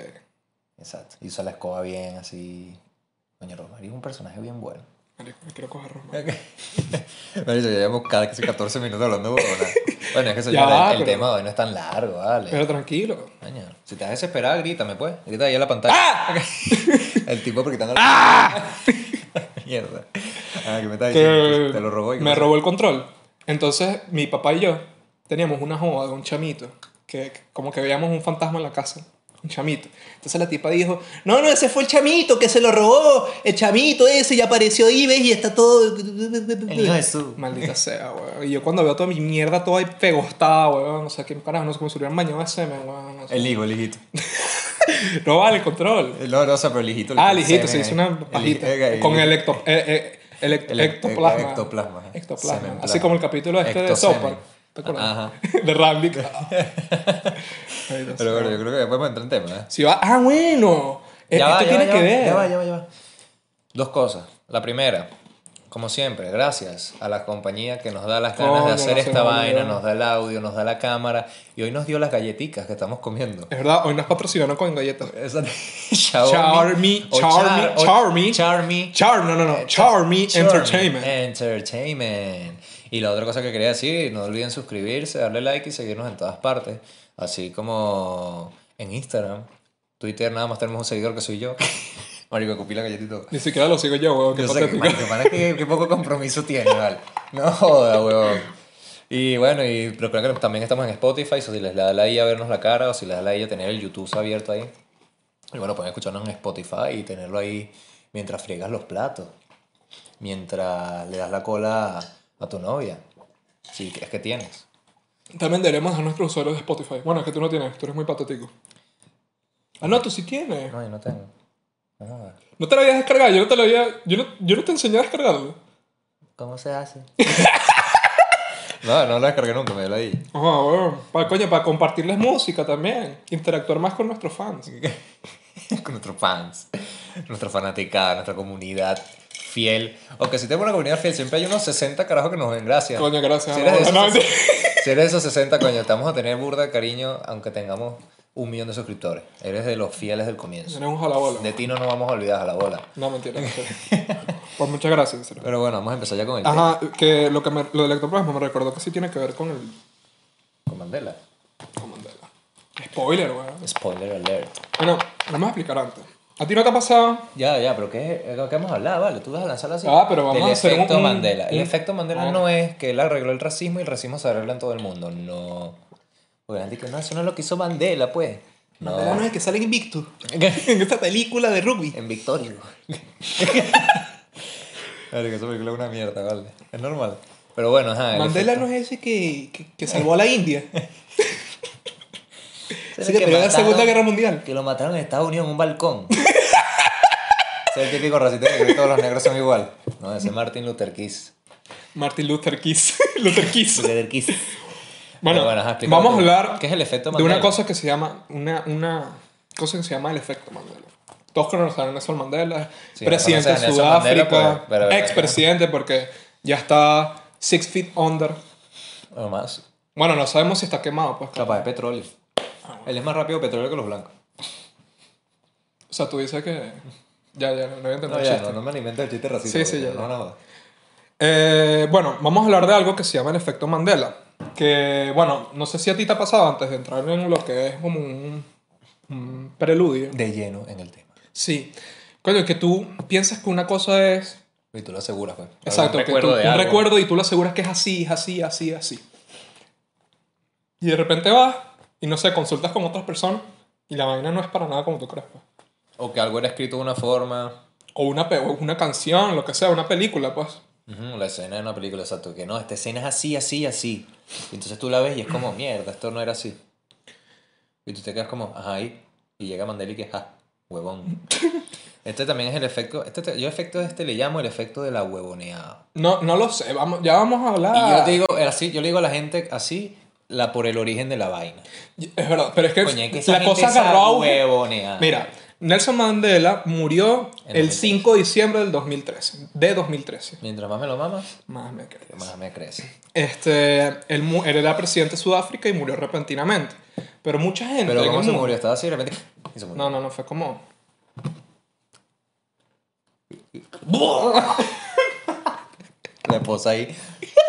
Speaker 1: Exacto. Y usa la escoba bien, así. Coño, Rosmari es un personaje bien bueno.
Speaker 2: Marico, me quiero coger a Romario.
Speaker 1: Marico, ya llevamos cada casi 14 minutos hablando huevona. Bueno, es que señora,
Speaker 2: Ya,
Speaker 1: el, el
Speaker 2: pero-
Speaker 1: tema de hoy no es tan largo, vale.
Speaker 2: Pero tranquilo.
Speaker 1: Coño, si te vas a desesperar, grítame, pues. Grita ahí a la pantalla.
Speaker 2: ¡Ah!
Speaker 1: El tipo gritando. ¡Ah! Mierda. Ah, que me estás diciendo.
Speaker 2: que
Speaker 1: Te lo robó. y
Speaker 2: me robó el control. Entonces, mi papá y yo teníamos una joda de un chamito, que que como que veíamos un fantasma en la casa, un chamito. Entonces la tipa dijo, no, no, ese fue el chamito que se lo robó, el chamito ese, y apareció ahí, ves, y está todo...
Speaker 1: El hijo de su.
Speaker 2: Maldita sea, weón. Y yo cuando veo toda mi mierda toda ahí pegostada, weón, o sea, qué carajo, no sé cómo se hubieran bañado de semen, weón. o sea,
Speaker 1: El hijo, el hijito.
Speaker 2: No vale el control.
Speaker 1: No, no, o sea, pero el hijito. le
Speaker 2: Ah,
Speaker 1: puso
Speaker 2: lijito, se
Speaker 1: semen
Speaker 2: hizo
Speaker 1: ahí.
Speaker 2: una pajita.
Speaker 1: El- el-
Speaker 2: con el, ecto- eh, eh, el ect-
Speaker 1: el ect-
Speaker 2: ectoplasma.
Speaker 1: ectoplasma.
Speaker 2: Ectoplasma.
Speaker 1: Semen
Speaker 2: Así
Speaker 1: plasma.
Speaker 2: como el capítulo este de South Park.
Speaker 1: Ectosemen.
Speaker 2: ¿Te acuerdas?
Speaker 1: Ajá.
Speaker 2: De Randy.
Speaker 1: Pero bueno, yo creo que después podemos entrar en tema, ¿eh?
Speaker 2: Si va, ah, bueno. Eh,
Speaker 1: Ya va,
Speaker 2: esto
Speaker 1: ya
Speaker 2: tiene
Speaker 1: va, ya
Speaker 2: que
Speaker 1: va,
Speaker 2: ver.
Speaker 1: Ya va, ya va, ya va. Dos cosas. La primera, como siempre, gracias a la compañía que nos da las ganas
Speaker 2: Coño,
Speaker 1: de
Speaker 2: no
Speaker 1: hacer
Speaker 2: se
Speaker 1: esta
Speaker 2: me
Speaker 1: vaina,
Speaker 2: olvidó.
Speaker 1: nos da el audio, nos da la cámara y hoy nos dio las galletitas que estamos comiendo.
Speaker 2: Es verdad, hoy nos patrocinaron con galletas.
Speaker 1: Esa-
Speaker 2: Charmy,
Speaker 1: o
Speaker 2: Charmy,
Speaker 1: Char- o
Speaker 2: Charmy.
Speaker 1: Charmy.
Speaker 2: Charm, no, no,
Speaker 1: Eh,
Speaker 2: no. Charmy Entertainment.
Speaker 1: Entertainment. Y la otra cosa que quería decir, no olviden suscribirse, darle like y seguirnos en todas partes. Así como en Instagram, Twitter, nada más tenemos un seguidor que soy yo. Marico, cupí la galletita.
Speaker 2: Ni siquiera lo sigo yo, weón. Qué
Speaker 1: Yo sé que,
Speaker 2: patético.
Speaker 1: marico, pana, qué- qué poco compromiso tiene, vale. No joda, huevón. Y bueno, y pero creo que también estamos en Spotify, so si les da like a vernos la cara o si les da like a tener el YouTube abierto ahí. Y bueno, pueden escucharnos en Spotify y tenerlo ahí mientras friegas los platos, mientras le das la cola a tu novia, si es que tienes.
Speaker 2: También deberíamos dejar nuestros usuarios de Spotify. Bueno, es que tú no tienes, tú eres muy patético. Ah, no, tú sí tienes.
Speaker 1: No, yo no tengo. No joda.
Speaker 2: No te lo habías descargado, yo no te lo había. Yo no, yo no te enseñé a descargarlo.
Speaker 1: ¿Cómo se hace? No, no la descargué nunca, me dio la idea.
Speaker 2: Ajá, bueno. Para, coño, para compartirles música también. Interactuar más con nuestros fans.
Speaker 1: con nuestros fans, nuestra fanaticada, nuestra comunidad fiel. Aunque si tenemos una comunidad fiel, siempre hay unos 60 carajos que nos ven gracias.
Speaker 2: Coño, gracias.
Speaker 1: Si eres, de
Speaker 2: amor.
Speaker 1: esos,
Speaker 2: No, mentira.
Speaker 1: si eres de esos 60, coño, estamos a tener burda de cariño, aunque tengamos un millón de suscriptores. Eres de los fieles del comienzo.
Speaker 2: Tenemos a la bola.
Speaker 1: De ti no nos vamos a olvidar a la bola.
Speaker 2: No, mentira. mentira. pues muchas gracias, en serio.
Speaker 1: Pero bueno, vamos a empezar ya con el tema.
Speaker 2: Ajá, que lo, que me, lo del ectoplasma me recordó que sí tiene que ver con el...
Speaker 1: Con Mandela.
Speaker 2: con Mandela. Spoiler, weón.
Speaker 1: Spoiler alert.
Speaker 2: Bueno, lo vamos a explicar antes. ¿A ti no te ha pasado?
Speaker 1: Ya, ya, pero ¿qué es lo que hemos hablado? Vale, tú vas a lanzarla así.
Speaker 2: Ah, pero vamos
Speaker 1: Del
Speaker 2: a hacer un-
Speaker 1: efecto
Speaker 2: un-
Speaker 1: Mandela. El
Speaker 2: un-
Speaker 1: efecto Mandela
Speaker 2: Ah.
Speaker 1: no es que él arregló el racismo y el racismo se arregla en todo el mundo. No. Porque la gente dice, no, eso no es lo que hizo Mandela, pues. No.
Speaker 2: es que sale invicto. en esta película de rugby.
Speaker 1: En Victorio. Claro, que esa película es una mierda, vale. Es normal. Pero bueno, ajá. el
Speaker 2: Mandela
Speaker 1: efecto-
Speaker 2: no es ese que, que, que salvó a la India.
Speaker 1: ¿Sabes
Speaker 2: Sí, que
Speaker 1: que
Speaker 2: peleó en la
Speaker 1: mataron-
Speaker 2: Segunda Guerra Mundial.
Speaker 1: Que lo mataron en Estados Unidos en un balcón. Ese es el típico racista que cree que todos los negros son igual. No, ese es Martin Luther King.
Speaker 2: Martin Luther King. Luther King.
Speaker 1: Luther King.
Speaker 2: Bueno,
Speaker 1: Pero bueno, ajá, explícame
Speaker 2: vamos a
Speaker 1: tú.
Speaker 2: hablar
Speaker 1: ¿Qué es el efecto
Speaker 2: de una
Speaker 1: Mandela?
Speaker 2: cosa que se llama una, una cosa que se llama el efecto Mandela. Todos conocen a Nelson Mandela,
Speaker 1: Sí,
Speaker 2: presidente de
Speaker 1: conocen a Nelson Mandela,
Speaker 2: Sudáfrica,
Speaker 1: pues, pero-
Speaker 2: expresidente porque ya está six feet under.
Speaker 1: O más.
Speaker 2: Bueno, no sabemos si está quemado, pues.
Speaker 1: Capaz de petróleo. Él es más rápido petróleo que los blancos.
Speaker 2: O sea, tú dices que ya ya no, no voy a entender
Speaker 1: No,
Speaker 2: el
Speaker 1: ya,
Speaker 2: chiste.
Speaker 1: no, no me alimento del chiste racista.
Speaker 2: Sí, sí,
Speaker 1: porque
Speaker 2: ya,
Speaker 1: No, no,
Speaker 2: ya.
Speaker 1: no.
Speaker 2: Eh, bueno, vamos a hablar de algo que se llama el efecto Mandela. Que, bueno, no sé si a ti te ha pasado antes de entrar en lo que es como un, un preludio.
Speaker 1: De lleno en el tema.
Speaker 2: Sí. Coño, que tú piensas que una cosa es.
Speaker 1: Y tú lo aseguras, pues.
Speaker 2: Exacto,
Speaker 1: Algún
Speaker 2: que tú-
Speaker 1: recuerdo de
Speaker 2: un
Speaker 1: algo.
Speaker 2: recuerdo y tú lo aseguras que es así, es así, así, así. Y de repente vas y no sé, consultas con otras personas y la vaina no es para nada como tú crees. pues.
Speaker 1: O que algo era escrito de una forma.
Speaker 2: O una, pe- o una canción, lo que sea, una película, pues.
Speaker 1: Ujú, la escena de una película, exacto. Que no, esta escena es así, así, así. Y entonces tú la ves y es como, mierda, esto no era así. Y tú te quedas como, ajá, ahí. Y llega Mandela y que, ja, huevón. Este también es el efecto. Este, te- yo efecto de este le llamo el efecto de la huevoneada.
Speaker 2: No, no lo sé, vamos, ya vamos a hablar.
Speaker 1: Y yo te digo, así, yo le digo a la gente así, la por el origen de la vaina.
Speaker 2: Es verdad, pero es que,
Speaker 1: Coño, es que
Speaker 2: la cosa agarró auge.
Speaker 1: huevonea.
Speaker 2: Mira, Nelson Mandela murió
Speaker 1: En
Speaker 2: el
Speaker 1: 2013.
Speaker 2: 5 de diciembre del 2013. De 2013.
Speaker 1: Mientras más me lo mamas,
Speaker 2: Más me crees.
Speaker 1: más me crece.
Speaker 2: Este, él, mu- él era presidente de Sudáfrica y murió repentinamente. Pero mucha gente...
Speaker 1: Pero ¿cómo se
Speaker 2: como-
Speaker 1: murió? Estaba así de repente. Y se murió.
Speaker 2: No, no, no, fue como...
Speaker 1: La esposa ahí.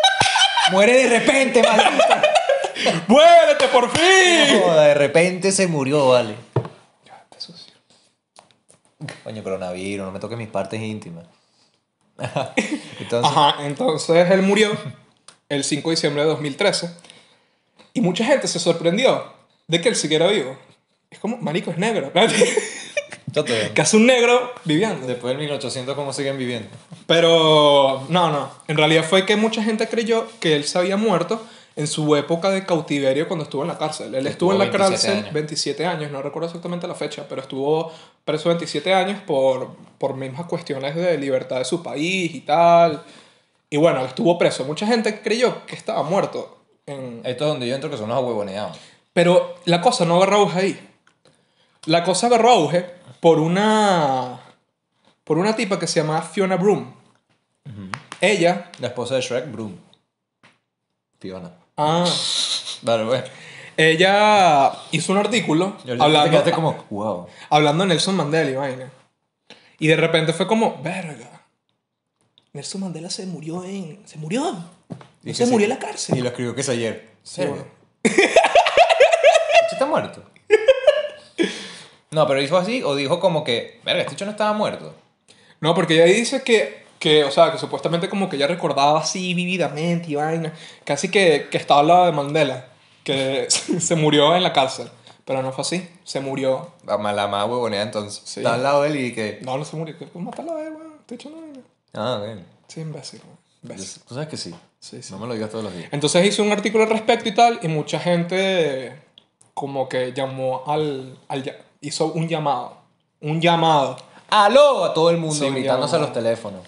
Speaker 1: Muere de repente, maldita.
Speaker 2: ¡Muérete por fin!
Speaker 1: Joda, de repente se murió, vale.
Speaker 2: Cállate, sucio.
Speaker 1: Coño, coronavirus, no me toques mis partes íntimas. Entonces,
Speaker 2: Ajá, entonces él murió el 5 de diciembre de 2013. Y mucha gente se sorprendió de que él siguiera vivo. Es como, marico, es negro.
Speaker 1: chato,
Speaker 2: que hace un negro viviendo.
Speaker 1: después del 1800, ¿cómo siguen viviendo?
Speaker 2: Pero no, no. En realidad fue que mucha gente creyó que él se había muerto en su época de cautiverio cuando estuvo en la cárcel. Él
Speaker 1: Que
Speaker 2: estuvo en la
Speaker 1: estuvo 27
Speaker 2: cárcel
Speaker 1: años.
Speaker 2: 27 años, no recuerdo exactamente la fecha, pero estuvo preso 27 años por, por mismas cuestiones de libertad de su país y tal. Y bueno, estuvo preso. Mucha gente creyó que estaba muerto. en-
Speaker 1: Esto es donde yo entro que son los huevoneados.
Speaker 2: Pero la cosa no agarró auge ahí. La cosa agarró auge por una. por una tipa que se llamaba Fiona Broom. Ella.
Speaker 1: La esposa de Shrek, Broom. Fiona.
Speaker 2: Ah,
Speaker 1: Vale, pues. bueno.
Speaker 2: ella hizo un artículo
Speaker 1: Yo, te
Speaker 2: hablando,
Speaker 1: quedaste como, wow.
Speaker 2: hablando de Nelson Mandela y vaina. Y de repente fue como, verga. Nelson Mandela se murió en. Se murió. No
Speaker 1: Y
Speaker 2: se
Speaker 1: que
Speaker 2: murió
Speaker 1: sí.
Speaker 2: en la
Speaker 1: Y
Speaker 2: cárcel.
Speaker 1: lo escribió que es ayer.
Speaker 2: Sí,
Speaker 1: ¿Serio?
Speaker 2: bueno.
Speaker 1: ¿Este está muerto? No, pero dijo así o dijo como que, verga, este chico no estaba muerto.
Speaker 2: No, porque ella dice que, que, o sea, que supuestamente como que ella recordaba así vividamente y vaina. Casi que, que estaba al lado de Mandela, que se murió en la cárcel. Pero no fue así, se murió.
Speaker 1: La mala más huevonea entonces.
Speaker 2: Sí.
Speaker 1: Está al lado de él y que.
Speaker 2: No, no se murió. ¿Cómo mata la weón? Te he hecho una vaina.
Speaker 1: Ah, bien.
Speaker 2: Sí, imbécil, weón. Imbécil.
Speaker 1: Tú sabes que sí.
Speaker 2: Sí, sí.
Speaker 1: No me lo digas todos los días.
Speaker 2: Entonces hizo un artículo al respecto y tal, y mucha gente eh, como que llamó al... al ll- hizo un llamado. Un llamado.
Speaker 1: ¡Aló! A todo el mundo
Speaker 2: Sí,
Speaker 1: gritándose a
Speaker 2: ya.
Speaker 1: los teléfonos.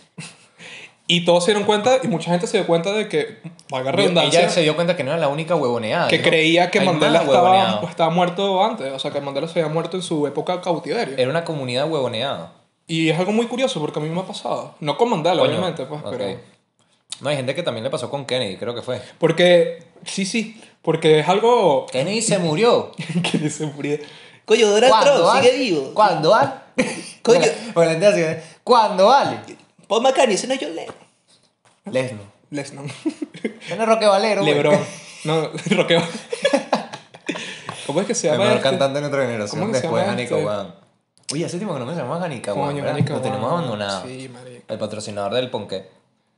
Speaker 2: Y todos se dieron cuenta, y mucha gente se dio cuenta de que, valga redundancia,
Speaker 1: Ella se dio cuenta que no era la única huevoneada.
Speaker 2: que
Speaker 1: dijo,
Speaker 2: creía que
Speaker 1: "Hay más
Speaker 2: Mandela
Speaker 1: huevoneados".
Speaker 2: estaba, estaba muerto antes, o sea, que Mandela se había muerto en su época de cautiverio.
Speaker 1: Era una comunidad huevoneada.
Speaker 2: Y es algo muy curioso porque a mí me ha pasado. No con Mandela,
Speaker 1: Coño,
Speaker 2: obviamente, pues,
Speaker 1: ok.
Speaker 2: pero.
Speaker 1: No, hay gente que también le pasó con Kennedy, creo que fue.
Speaker 2: Porque, sí, sí, porque es algo
Speaker 1: Kennedy se murió.
Speaker 2: que dice Uribe.
Speaker 3: Coño, Donald
Speaker 1: ¿Cuándo
Speaker 3: Trump
Speaker 1: vale?
Speaker 3: sigue vivo.
Speaker 1: ¿Cuándo vale?
Speaker 3: Coño.
Speaker 1: O la gente hace, ¿eh? ¿Cuándo vale?
Speaker 3: Paul McCartney, ese no es John Lennon.
Speaker 1: Lesno.
Speaker 2: Lesnon.
Speaker 1: Lesno Roque Valero. güey.
Speaker 2: Lebron. No, Roqueo. ¿Cómo es que se
Speaker 1: El
Speaker 2: llama?
Speaker 1: mejor
Speaker 2: este?
Speaker 1: cantante de nuestra
Speaker 2: ¿Cómo
Speaker 1: generación
Speaker 2: que se
Speaker 1: después de
Speaker 2: llama
Speaker 1: Hanika
Speaker 2: este?
Speaker 1: Wan. Oye, hace tiempo que no me llamamos Hanika Wan.
Speaker 2: Coño,
Speaker 1: ¿verdad?
Speaker 2: marico,
Speaker 1: Lo tenemos
Speaker 2: guau.
Speaker 1: abandonado.
Speaker 2: Sí, marico.
Speaker 1: El patrocinador del Ponqué.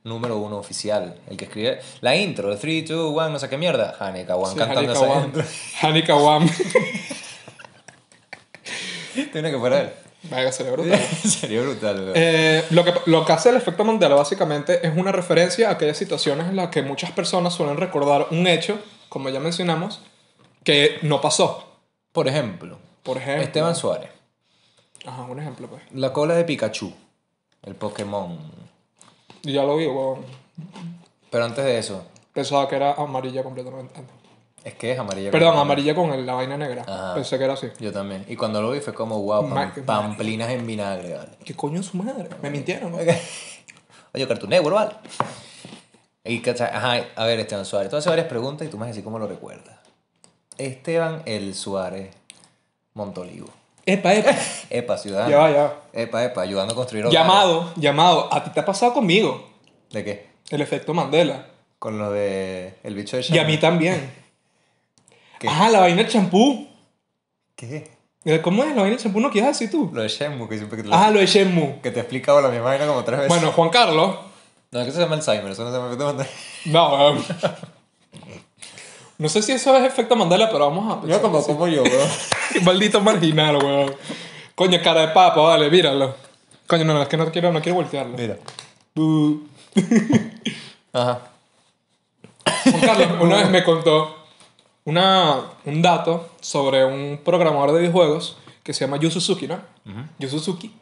Speaker 1: Número uno oficial. El que escribe la intro, el 3, 2, 1, no sé qué mierda. Hanika Wan
Speaker 2: Sí,
Speaker 1: cantando
Speaker 2: Hanika
Speaker 1: esa
Speaker 2: Wam.
Speaker 1: intro.
Speaker 2: Hanika Wam.
Speaker 1: Tiene que fuera él.
Speaker 2: Vaya, sería brutal.
Speaker 1: Sería brutal, güey.
Speaker 2: Eh, lo, que, lo que hace el efecto Mandela básicamente es una referencia a aquellas situaciones en las que muchas personas suelen recordar un hecho, como ya mencionamos, que no pasó.
Speaker 1: Por ejemplo,
Speaker 2: Por ejemplo.
Speaker 1: Esteban Suárez.
Speaker 2: Ajá, un ejemplo, pues.
Speaker 1: La cola de Pikachu. El Pokémon.
Speaker 2: Y Ya lo vi, huevón.
Speaker 1: Pero antes de eso,
Speaker 2: Pensaba que era amarilla completamente.
Speaker 1: es que es amarilla.
Speaker 2: Perdón, amarilla con el- la vaina negra.
Speaker 1: Ajá.
Speaker 2: Pensé que era así.
Speaker 1: Yo también. Y cuando lo vi fue como, wow, pam-
Speaker 2: Mar-
Speaker 1: pamplinas en vinagre, vale.
Speaker 2: ¿Qué coño es su madre? Me mintieron. ¿no?
Speaker 1: Oye, Cartoon Network, vale. Y, cacha- ajá, a ver, Esteban Suárez. Tú haces varias preguntas y tú me vas a decir cómo lo recuerdas. Esteban el Suárez Montolivo.
Speaker 2: Epa, epa.
Speaker 1: Epa, ciudadano.
Speaker 2: ya va, ya va.
Speaker 1: Epa, epa, ayudando a construir hogares.
Speaker 2: Llamado, llamado. ¿A ti te ha pasado conmigo
Speaker 1: ¿De qué?
Speaker 2: el efecto Mandela?
Speaker 1: Con lo de el bicho de
Speaker 2: Y a mí
Speaker 1: Shanghai.
Speaker 2: también.
Speaker 1: ¿Qué?
Speaker 2: Ajá, la vaina del champú.
Speaker 1: ¿Qué?
Speaker 2: Eh, ¿Cómo es la vaina del champú? ¿No quieres decir tú?
Speaker 1: Lo de Shenmue, que siempre que te lo- Pues-
Speaker 2: Ajá, lo de Shenmue.
Speaker 1: que te he explicado la misma vaina como tres veces.
Speaker 2: Bueno, Juan Carlos.
Speaker 1: No, es que eso se llama Alzheimer, eso no se llama efecto Mandela.
Speaker 2: No, eh, No sé si eso es efecto Mandela, pero vamos a...
Speaker 1: Yo como, como yo, bro.
Speaker 2: Maldito marginal, weón. Coño, cara de papa, vale, míralo. Coño, no, no, es que no quiero, no quiero voltearlo.
Speaker 1: Mira.
Speaker 2: Uh,
Speaker 1: Ajá.
Speaker 2: Juan Carlos una vez me contó una, un dato sobre un programador de videojuegos que se llama Yu Suzuki, ¿no? Yu Suzuki.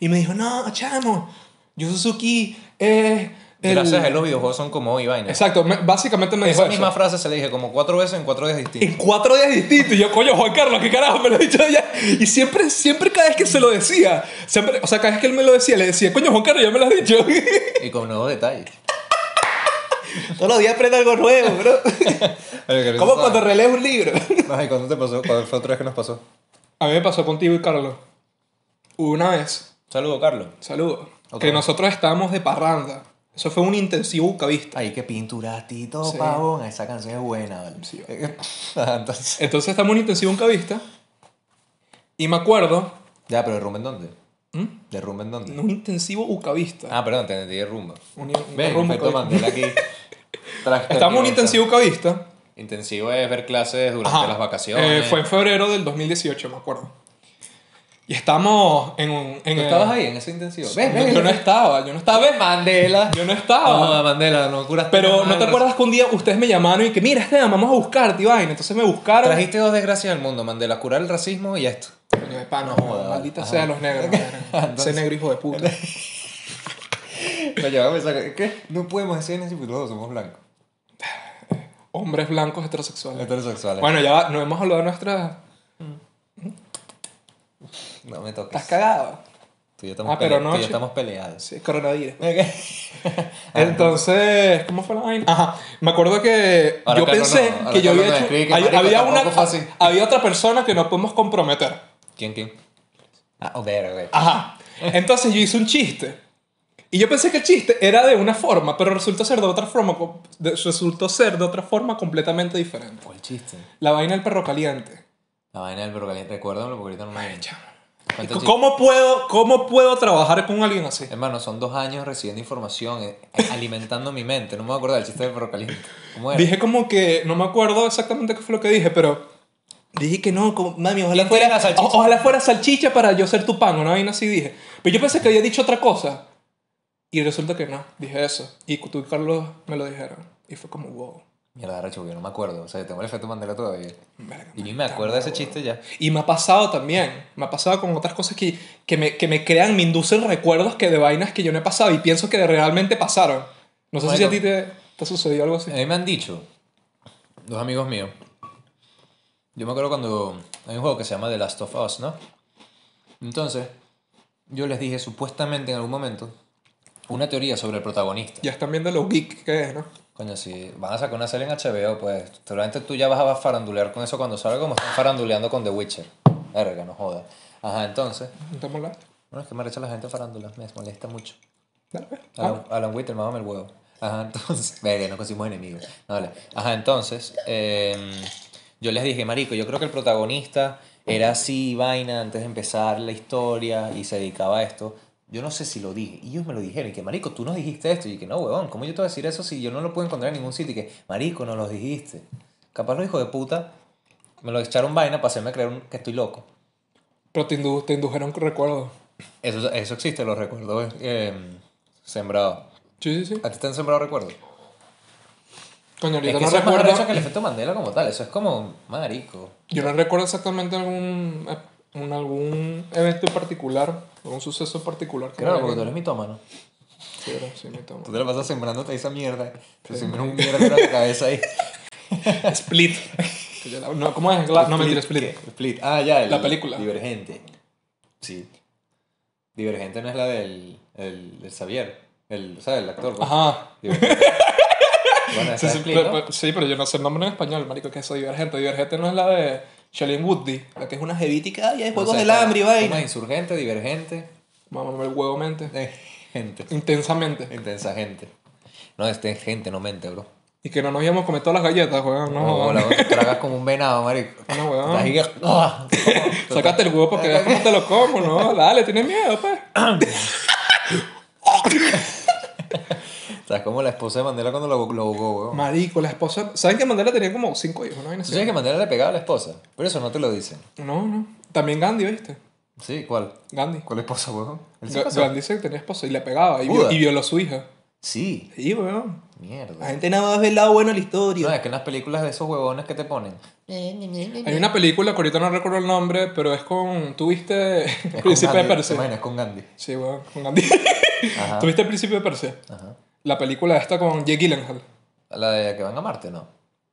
Speaker 2: Y me dijo, no, chamo, Yu Suzuki es... el-"
Speaker 1: Gracias a él los videojuegos son como hoy vaina.
Speaker 2: Exacto, me- básicamente me dijo
Speaker 1: Esa
Speaker 2: eso.
Speaker 1: misma frase se le dije como cuatro veces en cuatro días distintos.
Speaker 2: En cuatro días distintos. Y yo, coño, Juan Carlos, qué carajo me lo he dicho ya. Y siempre, siempre cada vez que se lo decía, siempre, o sea, cada vez que él me lo decía, le decía, coño, Juan Carlos, ya me lo has dicho.
Speaker 1: Y con nuevos detalles.
Speaker 3: Todos los días aprendo algo nuevo, bro.
Speaker 2: Como cuando relees un libro.
Speaker 1: Ay, ¿cuándo te pasó? ¿Cuándo fue otra vez que nos pasó?
Speaker 2: A mí me pasó contigo y Carlos. Una vez,
Speaker 1: Saludo, Carlos.
Speaker 2: saludo,
Speaker 1: Otra
Speaker 2: que
Speaker 1: vez.
Speaker 2: nosotros estábamos de parranda. Eso fue un intensivo bucavista.
Speaker 1: Ay, qué pintura, Tito
Speaker 2: Sí.
Speaker 1: Pavón. Esa canción es buena, ¿vale? Eh,
Speaker 2: Sí,
Speaker 1: Ajá, entonces.
Speaker 2: Entonces estamos en un intensivo bucavista. Y me acuerdo,
Speaker 1: Ya, pero ¿de rumba en dónde?
Speaker 2: ¿Mm?
Speaker 1: ¿De rumba en dónde?
Speaker 2: en un intensivo bucavista.
Speaker 1: Ah, perdón, te entendí de rumba.
Speaker 2: Un- un
Speaker 1: Ven,
Speaker 2: rumbo
Speaker 1: me toman
Speaker 2: bucavista.
Speaker 1: aquí.
Speaker 2: Estamos en un intensivo bucavista.
Speaker 1: Intensivo es ver clases durante
Speaker 2: Ajá.
Speaker 1: las vacaciones.
Speaker 2: Eh, fue en febrero del 2018, me acuerdo. Y estamos en un. En
Speaker 1: ¿Tú
Speaker 2: el-
Speaker 1: estabas ahí en ese intensivo?
Speaker 2: Eh, No, yo no estaba, yo no estaba.
Speaker 1: ¿Sabes, Mandela?
Speaker 2: Yo no
Speaker 1: No,
Speaker 2: estaba.
Speaker 1: Mandela, no curas.
Speaker 2: Pero no te acuerdas que un día ustedes me llamaron y que, mira, Esteban, vamos a buscarte, y vaina. Entonces me buscaron.
Speaker 1: Trajiste dos desgracias al mundo, Mandela. Curar el racismo y esto.
Speaker 2: Coño de pana,
Speaker 1: jodas.
Speaker 2: maldita
Speaker 1: Ajá.
Speaker 2: sea los negros. verga. Ese negro hijo de puta.
Speaker 1: Me llevaba a pensar, ¿qué? No podemos decir en ese futuro, somos blancos.
Speaker 2: Hombres blancos heterosexuales.
Speaker 1: Heterosexuales.
Speaker 2: Bueno, ya va, no hemos hablado de nuestras.
Speaker 1: no me toques.
Speaker 2: Estás cagado.
Speaker 1: Tú y yo estamos,
Speaker 2: Ah, pero
Speaker 1: pele- tú y yo
Speaker 2: no,
Speaker 1: estamos peleados.
Speaker 2: Sí, coronavirus.
Speaker 1: Ah,
Speaker 2: Entonces, ¿cómo fue la vaina? Ajá, me acuerdo que
Speaker 1: Ahora
Speaker 2: yo
Speaker 1: Carlos
Speaker 2: pensé
Speaker 1: no, ahora
Speaker 2: que
Speaker 1: Carlos
Speaker 2: yo había
Speaker 1: no,
Speaker 2: hecho.
Speaker 1: escribe que
Speaker 2: hay-
Speaker 1: marico,
Speaker 2: había, una,
Speaker 1: tampoco fue así.
Speaker 2: había otra persona que no podemos comprometer.
Speaker 1: ¿Quién, quién? Ah, oh, ver, ver.
Speaker 2: Ajá. Entonces yo hice un chiste. Y yo pensé que el chiste era de una forma, pero resultó ser de otra forma, co- de- resultó ser de otra forma completamente diferente.
Speaker 1: ¿Cuál chiste?
Speaker 2: La vaina del perro caliente.
Speaker 1: La vaina del perro caliente. Recuérdamelo porque ahorita no me
Speaker 2: Chamo.
Speaker 1: Cuenta el chiste.
Speaker 2: ¿Cómo puedo, ¿Cómo puedo trabajar con alguien así?
Speaker 1: Hermano, son dos años recibiendo información, eh, alimentando mi mente. No me voy a acordar del chiste del perro caliente. ¿Cómo era?
Speaker 2: Dije como que, no me acuerdo exactamente qué fue lo que dije, pero dije que no, como, mami, ojalá
Speaker 1: ¿Quién
Speaker 2: fuera,
Speaker 1: tiene la salchicha?
Speaker 2: o- ojalá fuera salchicha para yo ser tu pan, una vaina así dije. Pero yo pensé que había dicho otra cosa. Y resulta que no, dije eso. Y tú y Carlos me lo dijeron. Y fue como, wow.
Speaker 1: Mierda, Racho, yo no me acuerdo. O sea, tengo el efecto Mandela todavía.
Speaker 2: Verga,
Speaker 1: Y ni me acuerdo de ese chiste ya.
Speaker 2: Y me ha pasado también, me ha pasado con otras cosas que, que, me, que me crean, me inducen recuerdos que de vainas que yo no he pasado y pienso que realmente pasaron. No sé si
Speaker 1: Bueno. Eh.
Speaker 2: a ti te, te sucedió algo así.
Speaker 1: A mí me han dicho, dos amigos míos, yo me acuerdo cuando hay un juego que se llama The Last of Us, ¿no? Entonces, yo les dije supuestamente en algún momento una teoría sobre el protagonista.
Speaker 2: Ya están viendo lo geek que es, ¿no?
Speaker 1: Coño, si van a sacar una serie en HBO, pues seguramente tú ya vas a farandulear con eso cuando salga como están faranduleando con The Witcher. Verga, no jodas. Ajá, entonces.
Speaker 2: ¿No te mola?
Speaker 1: Bueno, es que me arrecha la gente farándula, me molesta mucho.
Speaker 2: Dale, pues. Ah,
Speaker 1: Alan, Alan Witter, mámame el huevo. Ajá, entonces. Verga, no conseguimos enemigos. No, vale. Ajá, entonces. em, yo les dije, Marico, yo creo que el protagonista era así, vaina, antes de empezar la historia y se dedicaba a esto. Yo no sé si lo dije. Y ellos me lo dijeron. Y que, Marico, tú nos dijiste esto. Y que, no, huevón, ¿cómo yo te voy a decir eso si yo no lo puedo encontrar en ningún sitio? Y que, Marico, no lo dijiste. Capaz los hijos de puta me lo echaron vaina para hacerme creer un- que estoy loco.
Speaker 2: pero te, indu- te indujeron recuerdos.
Speaker 1: Eso, eso existe, los recuerdos em, sembrados.
Speaker 2: Sí, sí, sí.
Speaker 1: ¿A ti te han sembrado recuerdos?
Speaker 2: Coño,
Speaker 1: Es
Speaker 2: ahorita
Speaker 1: que
Speaker 2: no
Speaker 1: eso es más
Speaker 2: recuerdo.
Speaker 1: arrecho que el efecto Mandela como tal. Eso es como marico.
Speaker 2: Yo no recuerdo exactamente algún, un- algún evento en particular, algún suceso en particular. que
Speaker 1: Claro,
Speaker 2: me
Speaker 1: porque tú
Speaker 2: haya-
Speaker 1: eres mitómano.
Speaker 2: Sí, era- sí, me tomo.
Speaker 1: Tú te la pasas sembrándote esa mierda. Te siembras un mierda en la cabeza ahí.
Speaker 2: Split. Que yo la- No, ¿Cómo es? Gla- No, mentira, Split.
Speaker 1: ¿Qué? Split. Ah, ya. el-
Speaker 2: La película.
Speaker 1: Divergente. Sí. Divergente no es la del el, el Xavier. El, ¿Sabes? El actor. pues.
Speaker 2: Ajá.
Speaker 1: Divergente. bueno, esa
Speaker 2: Sí,
Speaker 1: es
Speaker 2: sí,
Speaker 1: Split,
Speaker 2: pero, pues,
Speaker 1: ¿no?
Speaker 2: pero- sí, pero yo no sé el nombre en español, marico, que eso divergente. Divergente no es la de Shailene Woodley, la que es una jevítica y hay juegos
Speaker 1: No sé,
Speaker 2: del hambre y
Speaker 1: ¿cómo
Speaker 2: vaina.
Speaker 1: es? Insurgente, divergente.
Speaker 2: Mamá, me el huevo mente.
Speaker 1: eh, Gente.
Speaker 2: Intensamente.
Speaker 1: Intensa gente. No, este es gente, no mente, bro.
Speaker 2: Y que no nos habíamos comido todas las galletas, weón.
Speaker 1: No,
Speaker 2: No,
Speaker 1: la te tragas como un venado, marico.
Speaker 2: No, weón.
Speaker 1: Estás ahí que- ¡Ah!
Speaker 2: Sácate el huevo porque veas cómo te lo como, ¿no? Dale, tienes miedo, pues.
Speaker 1: Estás como la esposa de Mandela cuando lo, lo ahogó, weón.
Speaker 2: Marico, la esposa. ¿Saben que Mandela tenía como cinco hijos, no? Vaina
Speaker 1: Tú
Speaker 2: así.
Speaker 1: sabes que Mandela le pegaba a la esposa, pero eso no te lo dicen.
Speaker 2: No, no. También Gandhi, ¿viste?
Speaker 1: ¿Sí? ¿Cuál?
Speaker 2: Gandhi.
Speaker 1: ¿Cuál esposa, weón? ¿Él se
Speaker 2: Ga-
Speaker 1: casó?
Speaker 2: Gandhi dice que tenía esposa y le pegaba y, vi-
Speaker 1: Buda.
Speaker 2: y violó a su hija.
Speaker 1: Sí.
Speaker 2: Sí, weón. La
Speaker 1: Mierda.
Speaker 2: gente nada más ve el lado bueno de la historia.
Speaker 1: No, es que en las películas de esos huevones que te ponen.
Speaker 2: Hay una película que ahorita no recuerdo el nombre, pero es con. ¿Tuviste
Speaker 1: Es
Speaker 2: Príncipe
Speaker 1: con
Speaker 2: de
Speaker 1: Gandhi, ¿Te
Speaker 2: Persia?
Speaker 1: imaginas? Con Gandhi.
Speaker 2: Sí, weón, con Gandhi.
Speaker 1: Ajá.
Speaker 2: ¿Tuviste el Príncipe de Persia?
Speaker 1: Ajá.
Speaker 2: La película esta con Jake Gyllenhaal.
Speaker 1: La de que van a Marte, ¿no?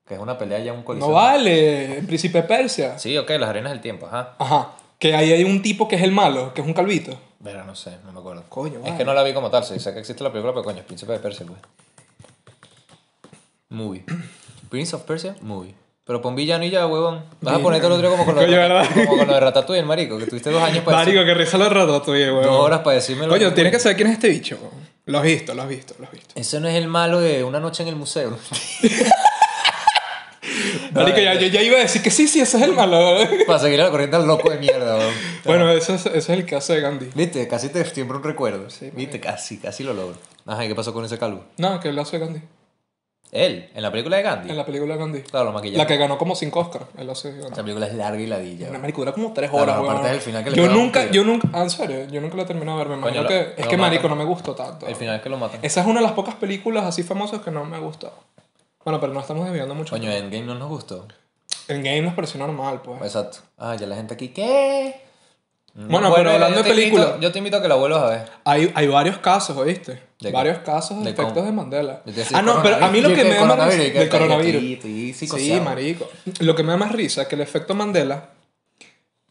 Speaker 1: Que es una pelea ya en un coliseo.
Speaker 2: No vale, el Príncipe de Persia.
Speaker 1: Sí, ok, las arenas del tiempo, ajá.
Speaker 2: Ajá. Que ahí hay un tipo que es el malo, que es un calvito.
Speaker 1: Pero no sé, no me acuerdo.
Speaker 2: Coño,
Speaker 1: Es
Speaker 2: vale.
Speaker 1: que no la vi como tal, sí, sé que existe la película, pero coño, es Príncipe de Persia, pues. Movie. Prince of Persia, movie. Pero pon villano y ya, huevón. Vas a ponerte el otro como con lo, de,
Speaker 2: Coño,
Speaker 1: Ratat-
Speaker 2: ¿verdad?
Speaker 1: como con lo de Ratatouille, marico, que tuviste dos años para decir,
Speaker 2: Marico, que risa lo rato, tuyo, weón.
Speaker 1: Pues dos horas para decirme lo
Speaker 2: Coño, tienes que saber quién es este bicho, weón. Lo has visto, lo has visto, lo has visto.
Speaker 1: Ese no es el malo de Una noche en el museo.
Speaker 2: Marico, ya, yo ya iba a decir que sí, sí, ese es el malo. weón.
Speaker 1: para seguir a la corriente al loco de mierda, huevón.
Speaker 2: bueno, ese es, ese es el caso de Gandhi.
Speaker 1: Viste, casi te siembra un recuerdo.
Speaker 2: Sí,
Speaker 1: Viste, casi, casi lo logro. Ajá, ¿y qué pasó con ese calvo?
Speaker 2: No, que el lazo de Gandhi.
Speaker 1: Él, en la película de Gandhi.
Speaker 2: En la película de Gandhi.
Speaker 1: Claro, lo maquillaron.
Speaker 2: La que ganó como 5 Oscars, el lazo de Gandhi.
Speaker 1: Esa película es larga y ladilla.
Speaker 2: Una
Speaker 1: weón.
Speaker 2: marico dura como 3
Speaker 1: Claro,
Speaker 2: horas,
Speaker 1: aparte
Speaker 2: weón.
Speaker 1: del final que le
Speaker 2: yo
Speaker 1: pegan un
Speaker 2: nunca,
Speaker 1: tiro.
Speaker 2: yo nunca, ah, en serio, yo nunca la he terminado de ver, me
Speaker 1: Coño,
Speaker 2: imagino
Speaker 1: lo-
Speaker 2: que, es
Speaker 1: lo
Speaker 2: que
Speaker 1: matan.
Speaker 2: marico no me gustó tanto.
Speaker 1: El final es que lo matan.
Speaker 2: Esa es una de las pocas películas así famosas que no me ha gustado. Bueno, pero no estamos desviando mucho.
Speaker 1: Coño, eh. Endgame no nos gustó.
Speaker 2: El game nos pareció normal, pues.
Speaker 1: Exacto. Ah, ya la gente aquí, ¿qué?
Speaker 2: Bueno, pero hablando
Speaker 1: yo
Speaker 2: de
Speaker 1: te invito-
Speaker 2: película.
Speaker 1: yo te invito a que la vuelvas a ver.
Speaker 2: Hay, hay varios casos, ¿oíste?
Speaker 1: ¿De qué?
Speaker 2: Varios casos de
Speaker 1: ¿De
Speaker 2: efectos
Speaker 1: cómo?
Speaker 2: de Mandela.
Speaker 1: Yo te decía,
Speaker 2: Ah, no, pero a mí lo
Speaker 1: coronavirus,
Speaker 2: que me
Speaker 1: ¿qué?
Speaker 2: da más
Speaker 1: Coronavirus,
Speaker 2: risa-
Speaker 1: ¿qué?
Speaker 2: del coronavirus.
Speaker 1: Estoy- estoy
Speaker 2: Sí,
Speaker 1: psicoseado.
Speaker 2: marico. Lo que me da más risa es que el efecto Mandela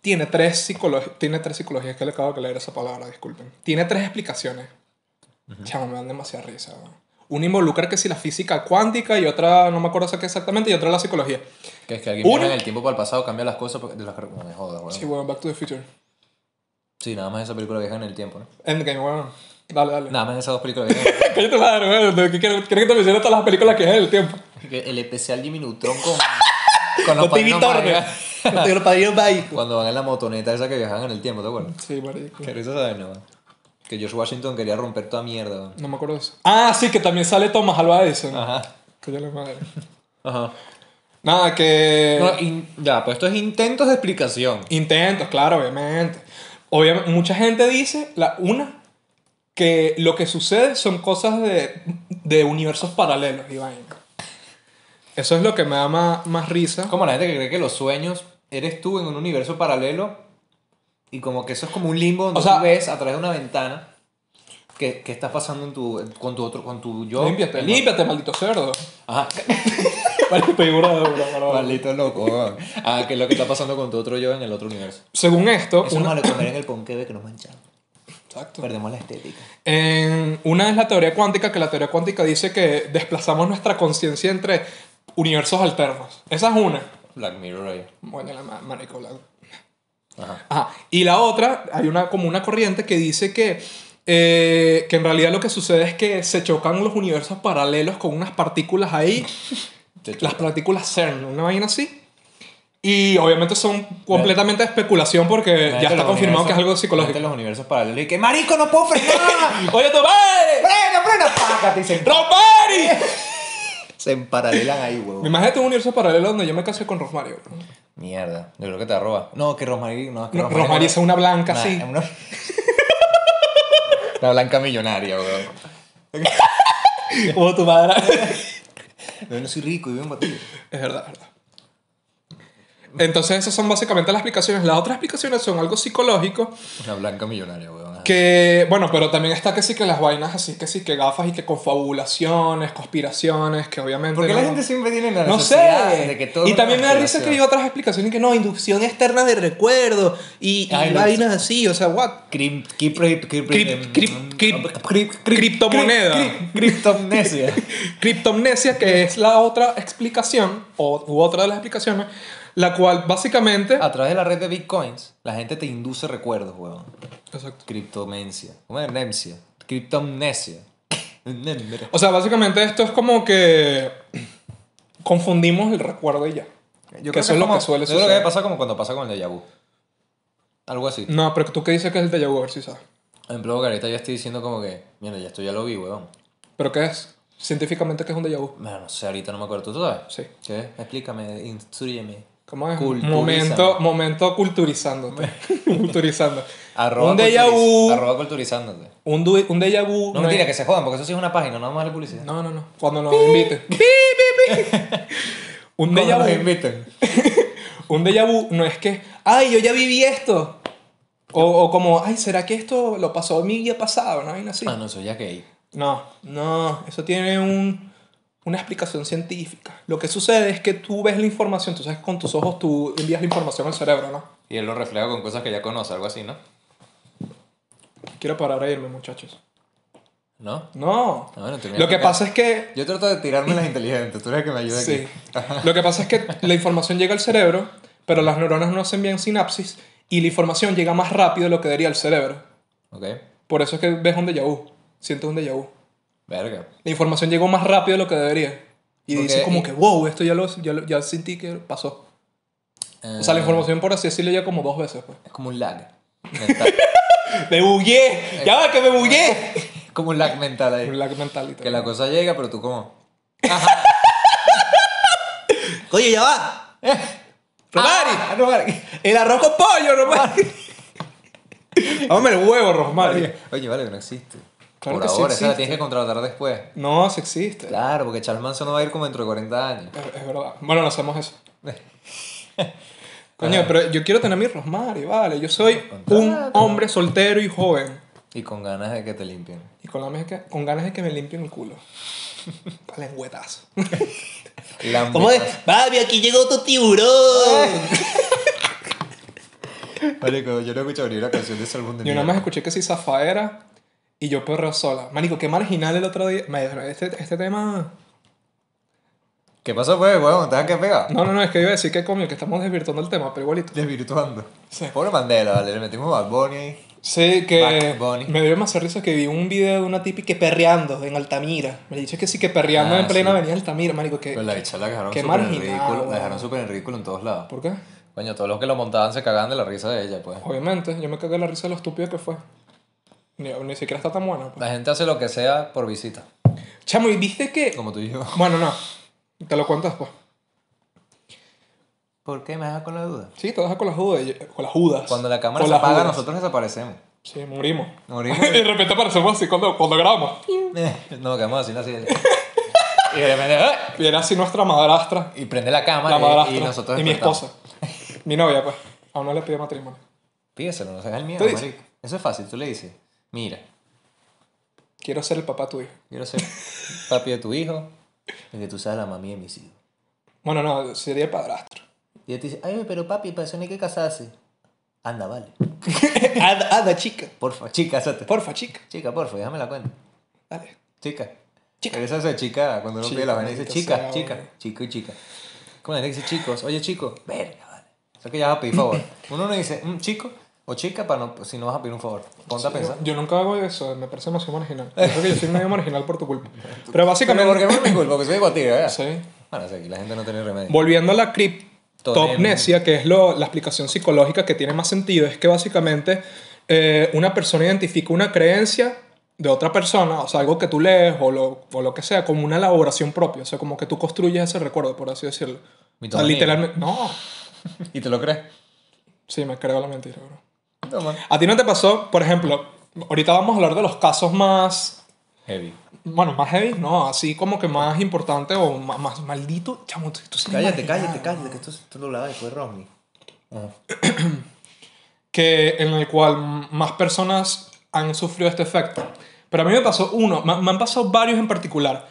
Speaker 2: tiene tres, psicolo tiene tres psicologías. Que le acabo de leer esa palabra, disculpen. Tiene tres explicaciones. Chamo, me dan demasiada risa. weón. Una involucra que si la física cuántica y otra, no me acuerdo qué exactamente, y otra la psicología.
Speaker 1: Que es que alguien viaja
Speaker 2: Uno-
Speaker 1: en el tiempo para el pasado, cambia las cosas porque- de las no me jodas, weón.
Speaker 2: Sí,
Speaker 1: Sí.
Speaker 2: weón, Back to the Future.
Speaker 1: nada más esa película viaja en el tiempo, ¿no?
Speaker 2: Endgame, weón. Dale, dale.
Speaker 1: Nada más esas dos películas viajan en el tiempo.
Speaker 2: Cállate la verga, weón. ¿Qué ¿Quieres quieres que te mencione todas las películas que es el tiempo?
Speaker 1: Que El especial Jimmy Neutron con, con los
Speaker 2: Timmy
Speaker 1: padrinos
Speaker 2: Turner.
Speaker 1: mágicos.
Speaker 2: Los Tigres Padrinos Mágicos.
Speaker 1: Cuando van en la motoneta esa que viajan en el tiempo, ¿te acuerdas?
Speaker 2: Sí, marico.
Speaker 1: Que risa saben, ¿no? Que George Washington quería romper toda mierda, weón.
Speaker 2: No me acuerdo de eso. Ah, sí, que también sale Thomas Alva Edison.
Speaker 1: Ajá.
Speaker 2: Que yo la madre.
Speaker 1: Ajá.
Speaker 2: Nada, que.
Speaker 1: No, in- ya, pues esto es intentos de explicación.
Speaker 2: Intentos, claro, obviamente. Obviamente, mucha gente dice, la una, que lo que sucede son cosas de, de universos paralelos, Iván. Eso es lo que me da más, más risa.
Speaker 1: Es como la gente que cree que los sueños eres tú en un universo paralelo y como que eso es como un limbo donde
Speaker 2: O sea-
Speaker 1: tú ves a través de una ventana que, que está pasando en tu, con tu otro, con tu yo.
Speaker 2: Límpiate, límpiate, maldito cerdo.
Speaker 1: Ajá.
Speaker 2: Maldito llorado, bro, bro.
Speaker 1: Maldito loco. weón. Ah, que es lo que está pasando con tu otro yo en el otro universo.
Speaker 2: Según esto,
Speaker 1: Eso
Speaker 2: una-
Speaker 1: nos lo comer en el ponquebe que nos manchamos.
Speaker 2: Exacto.
Speaker 1: Perdemos la estética.
Speaker 2: En- una es la teoría cuántica, que la teoría cuántica dice que desplazamos nuestra conciencia entre universos alternos. Esa es una.
Speaker 1: Black Mirror ahí.
Speaker 2: Bueno, la ma- marico, la-
Speaker 1: Ajá.
Speaker 2: Ajá. Y la otra, hay una, como una corriente que dice que, eh, que en realidad lo que sucede es que se chocan los universos paralelos con unas partículas ahí,
Speaker 1: Te choca.
Speaker 2: las partículas CERN, una vaina así. Y obviamente son completamente especulación porque ya
Speaker 1: Imagínate
Speaker 2: está
Speaker 1: los
Speaker 2: confirmado
Speaker 1: universos-
Speaker 2: que es algo
Speaker 1: imagínate
Speaker 2: psicológico.
Speaker 1: los universos paralelos y que marico no puedo frenar.
Speaker 2: ¡Oye, tu madre!
Speaker 1: frena, frena, paca, te dicen.
Speaker 2: ¡Rosemary!
Speaker 1: Se empararelan ahí, huevón.
Speaker 2: Me imagino un universo paralelo donde yo me casé con Rosemary. bro.
Speaker 1: Mierda, yo creo que te arroba. No, que Rosmarie, no, es que
Speaker 2: No, Rosemary es una blanca
Speaker 1: Nah,
Speaker 2: así.
Speaker 1: es una... La blanca millonaria, weón.
Speaker 2: Oh, tu madre.
Speaker 1: No, yo no soy rico y vivo en Batillo.
Speaker 2: es verdad, es verdad. Entonces esas son básicamente las explicaciones. Las otras explicaciones son algo psicológico
Speaker 1: Una blanca millonaria, weón. ajá.
Speaker 2: que, bueno, pero también está que sí que las vainas así, que sí que gafas y que confabulaciones, conspiraciones, que obviamente...
Speaker 1: ¿Por qué la
Speaker 2: no-
Speaker 1: gente siempre tiene la
Speaker 2: No
Speaker 1: necesidad
Speaker 2: sé.
Speaker 1: de que todo
Speaker 2: y
Speaker 1: es
Speaker 2: también me da
Speaker 1: una
Speaker 2: risa que hay
Speaker 1: relación?
Speaker 2: otras explicaciones que no, inducción externa de recuerdo y, y
Speaker 1: Ay, no.
Speaker 2: vainas así, o sea, what?
Speaker 1: Crim- crip- crip-
Speaker 2: Crip-
Speaker 1: em,
Speaker 2: crip- crip-
Speaker 1: crip- crip-
Speaker 2: criptomoneda.
Speaker 1: crip- Criptomnesia.
Speaker 2: Criptomnesia, que es la otra explicación, o, u otra de las explicaciones, la cual básicamente...
Speaker 1: A través de la red de bitcoins, la gente te induce recuerdos, weón.
Speaker 2: Exacto.
Speaker 1: Criptomencia. ¿Cómo es? Nemcia. Criptomnesia. Nembre.
Speaker 2: O sea, básicamente esto es como que confundimos el recuerdo y ya.
Speaker 1: Yo creo
Speaker 2: que eso es lo
Speaker 1: como-
Speaker 2: que suele
Speaker 1: Yo creo que
Speaker 2: suceder. Mm.
Speaker 1: me pasa como cuando pasa con el déjà vu. Algo así.
Speaker 2: No, pero tú qué dices que es el déjà vu, a ver si sabes.
Speaker 1: En plan, porque ahorita yo estoy diciendo como que, mira, ya esto ya lo vi, weón.
Speaker 2: ¿Pero qué es? Científicamente, ¿qué es un déjà vu?
Speaker 1: Bueno, no sé, ahorita no me acuerdo. ¿Tú sabes?
Speaker 2: Sí.
Speaker 1: ¿Qué? Explícame, instruyeme.
Speaker 2: ¿Cómo es?
Speaker 1: Culturízame.
Speaker 2: Momento, momento culturizándote. culturizando.
Speaker 1: Arroba
Speaker 2: un déjà
Speaker 1: culturiz-
Speaker 2: vu.
Speaker 1: Arroba culturizándote.
Speaker 2: Un, du- un déjà vu.
Speaker 1: No, mentira,
Speaker 2: es-
Speaker 1: que se jodan, porque eso sí es una página, no más la publicidad.
Speaker 2: No, no, no. Cuando nos inviten. Pi, pi, pi. un déjà
Speaker 1: Cuando nos
Speaker 2: vu.
Speaker 1: inviten.
Speaker 2: un déjà vu no es que, ay, yo ya viví esto. O, o como, ay, ¿será que esto lo pasó a mi día pasado? Una vaina así.
Speaker 1: Ah, no, soy ya gay.
Speaker 2: No, no, eso tiene un, una explicación científica. Lo que sucede es que tú ves la información, tú sabes que con tus ojos tú envías la información al cerebro, ¿no?
Speaker 1: Y él lo refleja con cosas que ya conoce, algo así, ¿no?
Speaker 2: Quiero parar a irme, muchachos.
Speaker 1: ¿No?
Speaker 2: No.
Speaker 1: Ah, bueno, termina
Speaker 2: Lo que
Speaker 1: primero.
Speaker 2: pasa es que...
Speaker 1: Yo trato de tirarme las inteligentes, tú eres el que me ayuda
Speaker 2: Sí.
Speaker 1: aquí.
Speaker 2: Lo que pasa es que la información llega al cerebro, pero las neuronas no hacen bien sinapsis y la información llega más rápido de lo que debería al cerebro.
Speaker 1: ok.
Speaker 2: Por eso es que ves un déjà vu. Sientes un déjà vu.
Speaker 1: Verga.
Speaker 2: La información llegó más rápido de lo que debería. Y
Speaker 1: Ok,
Speaker 2: dices como
Speaker 1: y-
Speaker 2: que, wow, esto ya, lo, ya, lo- ya sentí que pasó. O sea, la
Speaker 1: Eh,
Speaker 2: información, por así decirlo, ya como dos veces. Pues.
Speaker 1: Es como un lag. mental.
Speaker 2: ¡Me bugué! ¡Ya va que me bugué!
Speaker 1: como un lag mental ahí.
Speaker 2: Un lag mental y
Speaker 1: Que
Speaker 2: tal.
Speaker 1: la cosa llega, pero tú como...
Speaker 2: Coño, ya va. Romari,
Speaker 1: ¡Ah! Romari.
Speaker 2: el arroz con pollo, Romari. Dame el huevo, Romari.
Speaker 1: Oye, vale, que no existe.
Speaker 2: Claro
Speaker 1: Por
Speaker 2: que sí
Speaker 1: ahora, esa la
Speaker 2: existe.
Speaker 1: tienes que contratar después.
Speaker 2: No, sí existe.
Speaker 1: Claro, porque Charles Manson no va a ir como dentro de 40 años.
Speaker 2: Es, es verdad. Bueno, no hacemos eso. Coño, pero yo quiero tener mi Rosmari, vale. Yo soy un hombre soltero y joven.
Speaker 1: Y con ganas de que te limpien.
Speaker 2: Y con, la mes- que- con ganas de que me limpien el culo. Palengüetazo.
Speaker 1: Lambetas.
Speaker 2: Papi, aquí llegó tu tiburón.
Speaker 1: Marico, yo no he escuchado ni una canción de ese álbum de
Speaker 2: Yo nada
Speaker 1: mierda.
Speaker 2: más escuché que si Zafaera y yo perro sola. Marico, qué marginal el otro día. Me- Este, este tema.
Speaker 1: ¿Qué pasó, pues, weón? ¿Te vas que pegar?
Speaker 2: No, no, no, es que iba a decir que coño, que estamos desvirtuando el tema, pero igualito.
Speaker 1: Desvirtuando.
Speaker 2: Sí.
Speaker 1: Pobre Mandela, vale. Le metimos Bad Bunny ahí.
Speaker 2: Sí,
Speaker 1: Bad
Speaker 2: que
Speaker 1: Bunny.
Speaker 2: me dio más risa que vi un video de una tipi que perreando en Altamira. Me dice que sí, que perreando
Speaker 1: Ah,
Speaker 2: en plena
Speaker 1: sí.
Speaker 2: avenida Altamira, marico, que...
Speaker 1: Pero la bicha la dejaron
Speaker 2: Eh, Qué
Speaker 1: súper en
Speaker 2: marginal,
Speaker 1: ridículo.
Speaker 2: weón.
Speaker 1: La dejaron súper en ridículo en todos lados.
Speaker 2: ¿Por qué?
Speaker 1: Coño, todos los que lo montaban se cagaban de la risa de ella, pues.
Speaker 2: Obviamente, yo me cagué la risa de lo estúpido que fue. Ni, ni siquiera está tan buena. pues.
Speaker 1: La gente hace lo que sea por visita.
Speaker 2: Chamo, ¿y viste que...?
Speaker 1: Como tú y yo.
Speaker 2: Bueno, no, te lo cuento después.
Speaker 1: ¿Por qué me dejas con la duda?
Speaker 2: Sí, te deja con las judas. y- Con las judas.
Speaker 1: Cuando la cámara
Speaker 2: Con
Speaker 1: se
Speaker 2: las
Speaker 1: apaga,
Speaker 2: judas.
Speaker 1: nosotros desaparecemos.
Speaker 2: Sí, morimos.
Speaker 1: Morimos.
Speaker 2: y de repente aparecemos así cuando, cuando grabamos.
Speaker 1: Eh, No, quedamos así, así. Y de repente, ¡ah!
Speaker 2: Viene así nuestra madrastra.
Speaker 1: Y prende la cámara
Speaker 2: La
Speaker 1: Ah, y-
Speaker 2: madrastra.
Speaker 1: y nosotros
Speaker 2: mi
Speaker 1: despertamos.
Speaker 2: esposa. mi novia, pues. Aún no le pidió matrimonio.
Speaker 1: Pídeselo, no seas el miedo,
Speaker 2: Tú dices.
Speaker 1: marico. Eso es fácil, tú le dices, mira,
Speaker 2: Quiero ser el papá tuyo.
Speaker 1: quiero ser papi de tu hijo y que tú seas la mami de mis hijos.
Speaker 2: Bueno, no, sería el padrastro.
Speaker 1: Y ella te dice, ay, pero papi, para eso no hay que casarse. Anda, vale.
Speaker 2: Ada, ada, chica.
Speaker 1: Porfa, chica, hazte.
Speaker 2: Porfa, chica.
Speaker 1: Chica, porfa, déjame la cuenta.
Speaker 2: Dale.
Speaker 1: Chica.
Speaker 2: Chica.
Speaker 1: Esa es chica, cuando uno
Speaker 2: Chica,
Speaker 1: pide la vaina dice
Speaker 2: maldita
Speaker 1: chica,
Speaker 2: sea,
Speaker 1: chica,
Speaker 2: hombre.
Speaker 1: chico y chica. Como la gente dice chicos, oye chico, verga, vale. Eso que ya vas a pedir favor. Uno no dice mm, chico o chica para no, si no vas a pedir un favor. Ponte a pensar.
Speaker 2: Yo, yo nunca hago eso, me parece demasiado marginal. Yo creo que yo soy medio marginal por tu culpa. Pero
Speaker 1: Pero porque
Speaker 2: básicamente.
Speaker 1: no es mi culpa, porque soy guatiro, ¿verdad?
Speaker 2: Sí.
Speaker 1: Bueno, sí, aquí la gente no tiene remedio.
Speaker 2: Volviendo a la criptopnesia, que es lo- la explicación psicológica que tiene más sentido, es que básicamente eh, una persona identifica una creencia de otra persona, o sea, algo que tú lees o lo, o lo que sea, como una elaboración propia, o sea, como que tú construyes ese recuerdo, por así decirlo. O sea,
Speaker 1: Mitomanía.
Speaker 2: literalmente, no,
Speaker 1: ¿Y te lo crees?
Speaker 2: sí, me creo la mentira, bro.
Speaker 1: Toma.
Speaker 2: A ti no te pasó, por ejemplo, ahorita vamos a hablar de los casos más
Speaker 1: Heavy.
Speaker 2: Bueno, más heavy, no, así como que más importante o ma- más, maldito. Chamo, tú- tú sí
Speaker 1: Cállate,
Speaker 2: imaginas.
Speaker 1: cállate, cállate, que esto es lo lavas después Romney.
Speaker 2: Que en el cual m- más personas han sufrido este efecto. Pero a mí me pasó uno, ma- me, han pasado varios en particular.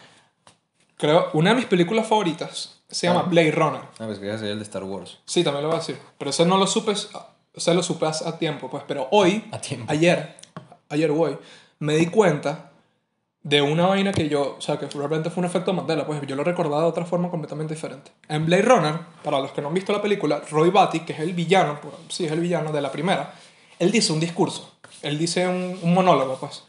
Speaker 2: Creo, una de mis películas favoritas se llama Blade Runner.
Speaker 1: Ah, pues que ya sería el de Star Wars.
Speaker 2: Sí, también lo voy a decir. Pero ese no lo supe, se lo supe hace- a tiempo, pues. Pero hoy,
Speaker 1: A tiempo.
Speaker 2: ayer, ayer o hoy, me di cuenta de una vaina que yo, o sea, que realmente fue un efecto Mandela, pues yo lo recordaba de otra forma completamente diferente. En Blade Runner, para los que no han visto la película, Roy Batty, que es el villano, por- sí, es el villano de la primera, él dice un discurso, él dice un, un monólogo, pues.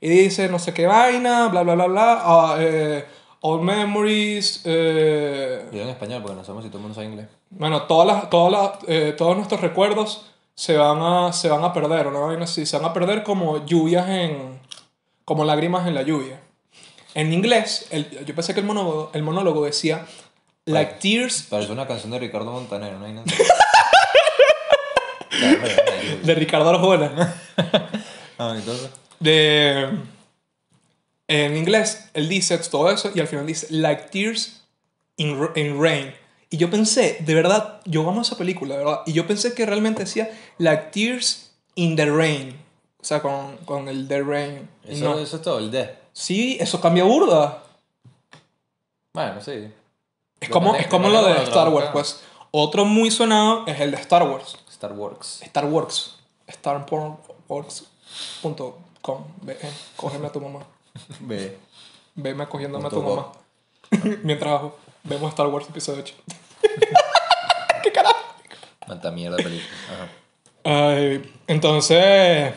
Speaker 2: Y dice no sé qué vaina, bla, bla, bla, bla, ah, eh, all memories, eh,
Speaker 1: Yo en español, porque no sabemos si todo el mundo sabe inglés.
Speaker 2: bueno, todas las, todas las, eh, todos nuestros recuerdos se van a, se van a perder, una vaina así. Se van a perder como lluvias en. como lágrimas en la lluvia. En inglés, el- yo pensé que el monólogo, el monólogo decía. Like tears
Speaker 1: Parece una canción de Ricardo Montaner, ¿no? hay nada.
Speaker 2: de Ricardo Arjona.
Speaker 1: Ah, entonces.
Speaker 2: De. En inglés, él dice todo eso y al final dice Like Tears in, r- in Rain. Y yo pensé, de verdad, yo amo esa película, de verdad. Y yo pensé que realmente decía Like Tears in the Rain. O sea, con, con el The Rain. Y
Speaker 1: Eso,
Speaker 2: no.
Speaker 1: eso es todo, el D.
Speaker 2: Sí, eso cambia burda.
Speaker 1: Bueno, sí.
Speaker 2: Es como, es como lo de
Speaker 1: Depende
Speaker 2: Star
Speaker 1: cómo
Speaker 2: Wars,
Speaker 1: lo
Speaker 2: pues. Otro muy sonado es el de Star Wars.
Speaker 1: Star Wars.
Speaker 2: Star Wars. Starpornworks.com. Ve, eh, Cógeme a tu mamá.
Speaker 1: B.
Speaker 2: Veme cogiéndome a tu
Speaker 1: Punto
Speaker 2: mamá. Mientras abajo, vemos Star Wars episodio 8.
Speaker 1: Manta mierda película. Ajá.
Speaker 2: Ay, entonces,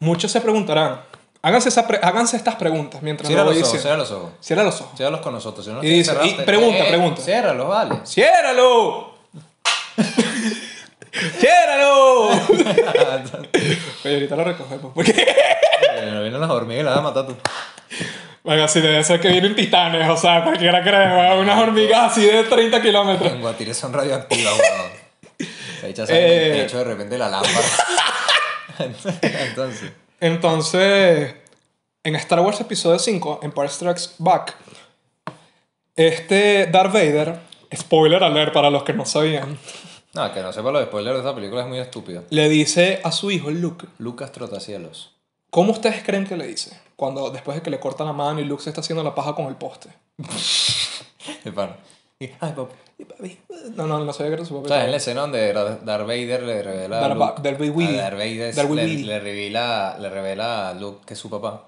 Speaker 2: muchos se preguntarán. Háganse, esa pre- háganse estas preguntas mientras
Speaker 1: Cierra
Speaker 2: lo voy
Speaker 1: los ojos,
Speaker 2: diciendo.
Speaker 1: cierra los ojos.
Speaker 2: Cierra los ojos.
Speaker 1: Ciérralos con nosotros. Si no los
Speaker 2: Y
Speaker 1: quieres
Speaker 2: dice- y
Speaker 1: cerrar, te- Eh,
Speaker 2: pregunta, pregunta.
Speaker 1: Ciérralos, vale.
Speaker 2: ¡Ciérralo! ¡Ciérralo! Oye, ahorita lo recogemos. Porque
Speaker 1: Bueno, vienen las hormigas y las vas a matar tú.
Speaker 2: Venga, si debe ser que vienen titanes, o sea, cualquiera cree, unas hormigas así de 30 kilómetros.
Speaker 1: En Guatire son radioactivas, weón. Se echa sangre en
Speaker 2: Eh.
Speaker 1: el pecho de repente la lámpara. Entonces.
Speaker 2: Entonces, en Star Wars Episodio 5, Empire Strikes Back, este Darth Vader, spoiler alert para los que no sabían,
Speaker 1: No, que no sepa los spoilers de esta película es muy estúpido.
Speaker 2: le dice a su hijo Luke,
Speaker 1: Lucas Trotacielos.
Speaker 2: ¿cómo ustedes creen que le dice? Cuando después de que le cortan la mano y Luke se está haciendo la paja con el poste.
Speaker 1: El pan. Y, ay, papá.
Speaker 2: Y papi, No, no, no sabía que era su
Speaker 1: O
Speaker 2: papá.
Speaker 1: sea, en la escena donde Ra- Darth Vader le revela a
Speaker 2: Darth
Speaker 1: Luke-
Speaker 2: Va- Pues Darth Vader.
Speaker 1: a Darth Vader
Speaker 2: Darth
Speaker 1: le,
Speaker 2: Vader.
Speaker 1: le revela, le revela a Luke que es su papá.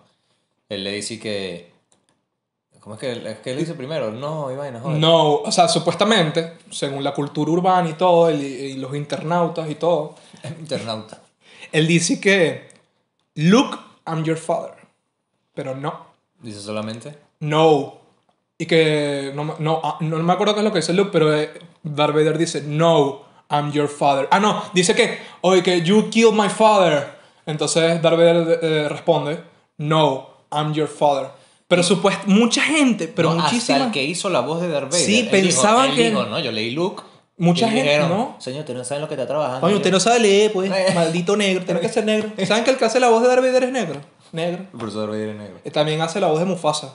Speaker 1: Él le dice que... ¿Cómo es que, es que él dice primero? No, Iván, joder.
Speaker 2: No, o sea, supuestamente, según la cultura urbana y todo, y, y los internautas y todo,
Speaker 1: Internauta.
Speaker 2: él dice que Luke, I'm your father. Pero no,
Speaker 1: Dice solamente...
Speaker 2: no. Y que no, me- no, ah, no me acuerdo qué es lo que dice Luke, pero eh, Darth Vader dice, no, I'm your father. Ah, no, dice que, oye, que you killed my father. Entonces Darth Vader eh, responde, no, I'm your father. Pero supuest mucha gente, pero
Speaker 1: No, Hasta
Speaker 2: muchísima...
Speaker 1: el que hizo la voz de Darth Vader.
Speaker 2: Sí,
Speaker 1: Él
Speaker 2: pensaban
Speaker 1: dijo,
Speaker 2: que-
Speaker 1: él dijo, no, yo leí Luke.
Speaker 2: Mucha
Speaker 1: y
Speaker 2: gente,
Speaker 1: dijeron,
Speaker 2: ¿no?
Speaker 1: Señor, usted no sabe lo que está trabajando.
Speaker 2: Coño,
Speaker 1: Yo-
Speaker 2: usted no sabe leer, pues. Maldito negro, tiene que ser negro. ¿Saben que el que hace la voz de Darth Vader es negro? Negro.
Speaker 1: El profesor Darth Vader es negro.
Speaker 2: Eh, También hace la voz de Mufasa.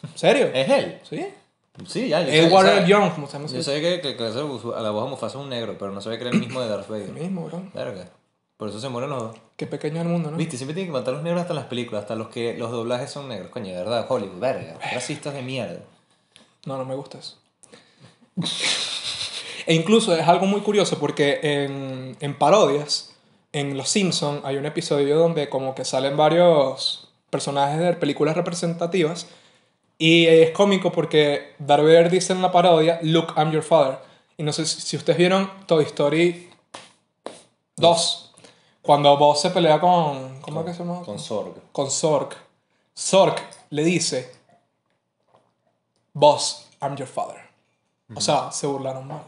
Speaker 2: ¿En serio?
Speaker 1: ¿Es él?
Speaker 2: ¿Sí?
Speaker 1: Sí, ya. yo sabía-
Speaker 2: Edward
Speaker 1: yo
Speaker 2: L.
Speaker 1: sabía-
Speaker 2: Young, como se llama
Speaker 1: Yo
Speaker 2: ese
Speaker 1: sabía que, que, que a la voz de Mufasa es un negro, pero no sabía que era el mismo de Darth Vader.
Speaker 2: mismo, bro.
Speaker 1: Verga. Por eso se mueren los dos.
Speaker 2: Qué pequeño el mundo, ¿no?
Speaker 1: Viste, siempre tienen que matar a los negros hasta en las películas, hasta los que los doblajes son negros. Coño, de verdad, Hollywood, verga. Racistas de mierda.
Speaker 2: No, no me gusta eso. e incluso es algo muy curioso porque en, en parodias, en Los Simpsons, hay un episodio donde como que salen varios personajes de películas representativas y es cómico porque Darth Vader dice en la parodia, Look, I'm your father. Y no sé si, si ustedes vieron Toy Story 2, cuando Buzz se pelea con... ¿Cómo es que se llama?
Speaker 1: Con Sorg.
Speaker 2: con Zork. Zork le dice, Boss, I'm your father. O sea, se burlaron mal.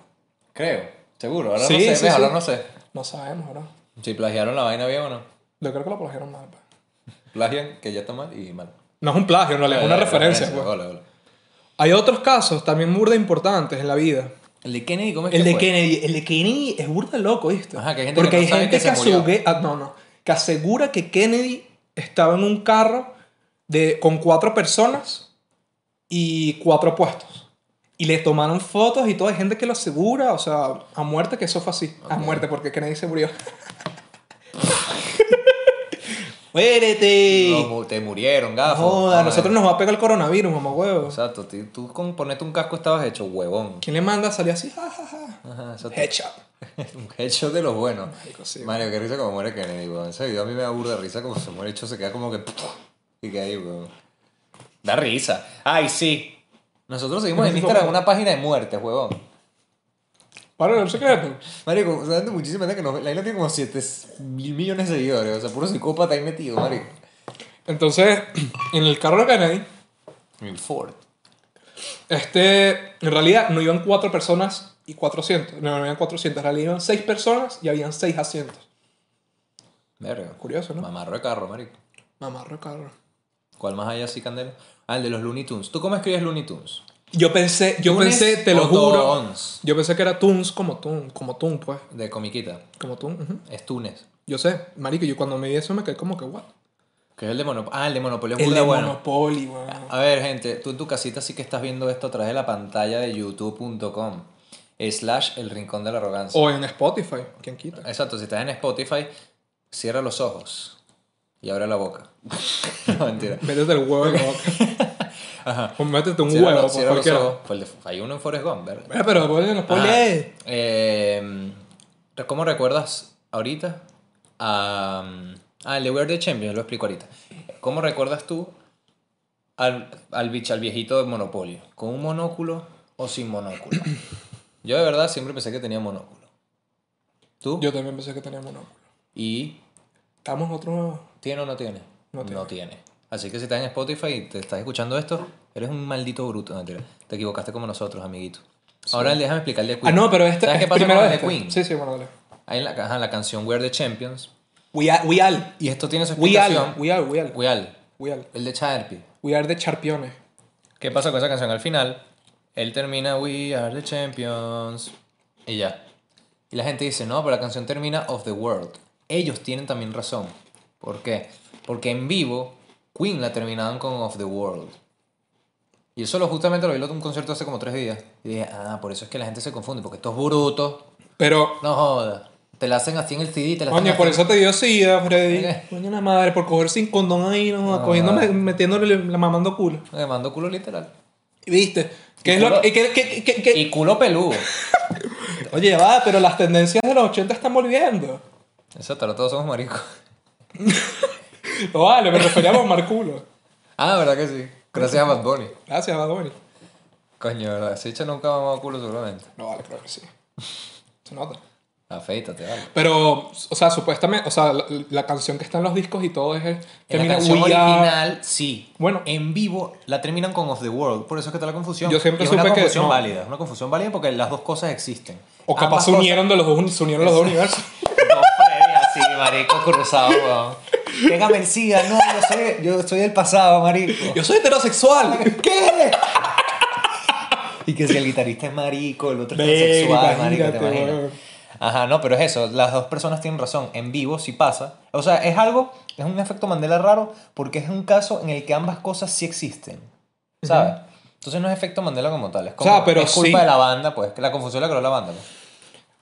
Speaker 1: Creo. Seguro. Ahora
Speaker 2: Sí,
Speaker 1: no sé.
Speaker 2: sí,
Speaker 1: ves,
Speaker 2: sí.
Speaker 1: Ahora no sé.
Speaker 2: No sabemos, ¿verdad?
Speaker 1: Si plagiaron la vaina bien o no.
Speaker 2: Yo creo que lo plagiaron mal. pues.
Speaker 1: Plagian, que ya está mal y mal.
Speaker 2: No es un plagio, en realidad, es una
Speaker 1: Eh,
Speaker 2: referencia. pues.
Speaker 1: Hola, hola.
Speaker 2: Hay otros casos también burda importantes en la vida.
Speaker 1: El de Kennedy, ¿cómo es
Speaker 2: El
Speaker 1: que
Speaker 2: de
Speaker 1: fue?
Speaker 2: Kennedy, el de Kennedy es burda loco, ¿viste?
Speaker 1: Ajá, que hay gente
Speaker 2: Porque
Speaker 1: que no
Speaker 2: hay
Speaker 1: sabe
Speaker 2: gente
Speaker 1: que se murió.
Speaker 2: asegue- ah, no, no, que asegura que Kennedy estaba en un carro de, con cuatro personas y cuatro puestos. Y le tomaron fotos y toda hay gente que lo asegura, o sea, a muerte que eso fue así. A muerte, porque Kennedy se murió. ¡Muérete!
Speaker 1: No, mu- te murieron, gafo.
Speaker 2: Joda, a
Speaker 1: Ay.
Speaker 2: nosotros nos va a pegar el coronavirus, mamá huevo.
Speaker 1: Exacto, tú, tú con ponerte un casco estabas hecho huevón.
Speaker 2: ¿Quién le manda a salir así? Ja, ja, ja.
Speaker 1: Ajá, exacto.
Speaker 2: Headshot.
Speaker 1: Un hecho de los buenos.
Speaker 2: Marico, sí,
Speaker 1: Mario, qué risa como muere Kennedy, weón. Ese video a mí me da burda de risa como se muere hecho, se queda como que. Y que ahí, weón. Da risa. Ay, sí. Nosotros seguimos en Instagram una página de muertes, huevón.
Speaker 2: Para el secreto.
Speaker 1: Mario, o sea, gente muchísima gente que nos ve. La isla tiene como 7 mil millones de seguidores. O sea, puro psicópata ahí metido, Mario.
Speaker 2: Entonces, en el carro de Kennedy,
Speaker 1: Mil Ford.
Speaker 2: este, en realidad no iban cuatro personas y 400. No, no iban 400, en realidad iban seis personas y habían seis asientos.
Speaker 1: Verga.
Speaker 2: Curioso, ¿no?
Speaker 1: Mamarro de carro, Mario.
Speaker 2: Mamarro carro.
Speaker 1: ¿Cuál más hay así, Candela? Ah, el de los Looney Tunes. ¿Tú cómo escribes Looney Tunes?
Speaker 2: Yo pensé, yo
Speaker 1: ¿Tunes
Speaker 2: pensé, te
Speaker 1: o
Speaker 2: lo juro.
Speaker 1: Toons?
Speaker 2: Yo pensé que era Tunes como Tun, como Tun, pues.
Speaker 1: De comiquita.
Speaker 2: Como Tun. ujú.
Speaker 1: Es Tunes.
Speaker 2: Yo sé, marico, yo cuando me vi eso me quedé como que, what?
Speaker 1: Que es el de Monopoly. Ah, el de Monopoly es
Speaker 2: El
Speaker 1: burda
Speaker 2: de
Speaker 1: bueno.
Speaker 2: Monopoly, weón.
Speaker 1: A ver, gente, tú en tu casita sí que estás viendo esto a través de la pantalla de youtube.com slash el rincón de la arrogancia.
Speaker 2: O en Spotify, ¿quién quita?
Speaker 1: Exacto, si estás en Spotify, cierra los ojos y abre la boca. no, mentira.
Speaker 2: Métete el huevo en la boca. O métete un
Speaker 1: Cierra,
Speaker 2: huevo,
Speaker 1: los-
Speaker 2: pues,
Speaker 1: cierra los
Speaker 2: cualquiera.
Speaker 1: ojos. Fue el de- hay uno en Forrest Gump, ¿verdad?
Speaker 2: Eh, Pero ponle, no
Speaker 1: Ajá.
Speaker 2: spoilees.
Speaker 1: Eh, ¿Cómo recuerdas ahorita? a- ah, el de We Are the Champions, lo explico ahorita. ¿Cómo recuerdas tú al, al, bich- al viejito de Monopolio? ¿Con un monóculo o sin monóculo? Yo de verdad siempre pensé que tenía monóculo. ¿Tú?
Speaker 2: Yo también pensé que tenía monóculo.
Speaker 1: ¿Y
Speaker 2: Estamos en otro.
Speaker 1: tiene o no tiene?
Speaker 2: No tiene.
Speaker 1: Así que si estás en Spotify y te estás escuchando esto, eres un maldito bruto. No, mentira. Te equivocaste como nosotros, amiguito. Ahora déjame explicar el de Queen.
Speaker 2: Ah, no, pero este
Speaker 1: ¿Sabes
Speaker 2: es
Speaker 1: qué pasa
Speaker 2: primero
Speaker 1: con el
Speaker 2: de
Speaker 1: de Queen?
Speaker 2: Sí, sí, bueno, dale.
Speaker 1: Ahí en la, ajá, en la canción We're the Champions.
Speaker 2: We are, we are,
Speaker 1: Y esto tiene su
Speaker 2: we are,
Speaker 1: explicación.
Speaker 2: we are, we are,
Speaker 1: We are.
Speaker 2: we are.
Speaker 1: El de Charpy.
Speaker 2: We are the charpiones.
Speaker 1: ¿Qué pasa con esa canción? Al final, él termina We are the Champions. Y ya. Y la gente dice, no, pero la canción termina Of the World. Ellos tienen también razón. ¿Por qué? Porque en vivo, Queen la terminaban con Of the World. Y eso lo justamente lo vi en un concierto hace como tres días. Y dije, ah, por eso es que la gente se confunde, porque estos brutos,
Speaker 2: Pero,
Speaker 1: no joda. Te la hacen así en el CD, te la hacen
Speaker 2: coño, por
Speaker 1: así.
Speaker 2: eso te dio sida, Freddy.
Speaker 1: Mira.
Speaker 2: Coño, la madre, por coger sin condón ahí, no,
Speaker 1: Ah,
Speaker 2: cogiéndome, metiéndole, la mamando culo.
Speaker 1: Me mandó culo literal.
Speaker 2: ¿Y ¿Viste? ¿Qué es lo
Speaker 1: culo.
Speaker 2: que, que, que, que- que-
Speaker 1: Y culo peludo.
Speaker 2: Oye, va, pero las tendencias de los 80 están volviendo.
Speaker 1: Exacto, ahora todos somos maricos.
Speaker 2: No vale, me refería a mamar culo.
Speaker 1: Ah, ¿verdad que sí? Gracias a Bad Bunny.
Speaker 2: Gracias, Bad Bunny.
Speaker 1: Coño, ¿verdad? Ese hecho nunca ha mamado culo seguramente.
Speaker 2: No vale, creo que sí. Se nota.
Speaker 1: Afeítate, vale.
Speaker 2: Pero, o sea, supuestamente, o sea, la, la canción que está en los discos y todo es. es-
Speaker 1: En la
Speaker 2: termina,
Speaker 1: canción
Speaker 2: "We are-"
Speaker 1: original, sí.
Speaker 2: Bueno.
Speaker 1: En vivo la terminan con Of the World. Por eso es que está la confusión.
Speaker 2: Yo siempre
Speaker 1: Y es una
Speaker 2: supe que-
Speaker 1: confusión
Speaker 2: no.
Speaker 1: válida. Es una confusión válida porque las dos cosas existen.
Speaker 2: O capaz
Speaker 1: Ambas
Speaker 2: se unieron, de los dos, uni- se unieron los dos universos.
Speaker 1: cosas- No, Freddy, así, marico, cruzado, weón. Pégame el SIDA. No, yo soy, yo soy del pasado, marico.
Speaker 2: Yo soy heterosexual.
Speaker 1: ¿Qué? y que si el guitarrista es marico, el otro es
Speaker 2: Verga,
Speaker 1: sexual, marico, te
Speaker 2: imagínate,
Speaker 1: imaginas.
Speaker 2: weón.
Speaker 1: Ajá, no, pero es eso, las dos personas tienen razón, en vivo sí pasa. O sea, es algo, es un efecto Mandela raro, porque es un caso en el que ambas cosas sí existen. ¿sabes? Entonces no es efecto Mandela como tal, es,
Speaker 2: sea,
Speaker 1: como,
Speaker 2: pero
Speaker 1: es culpa
Speaker 2: sí.
Speaker 1: de la banda, pues, que la confusión la creó la banda. pues.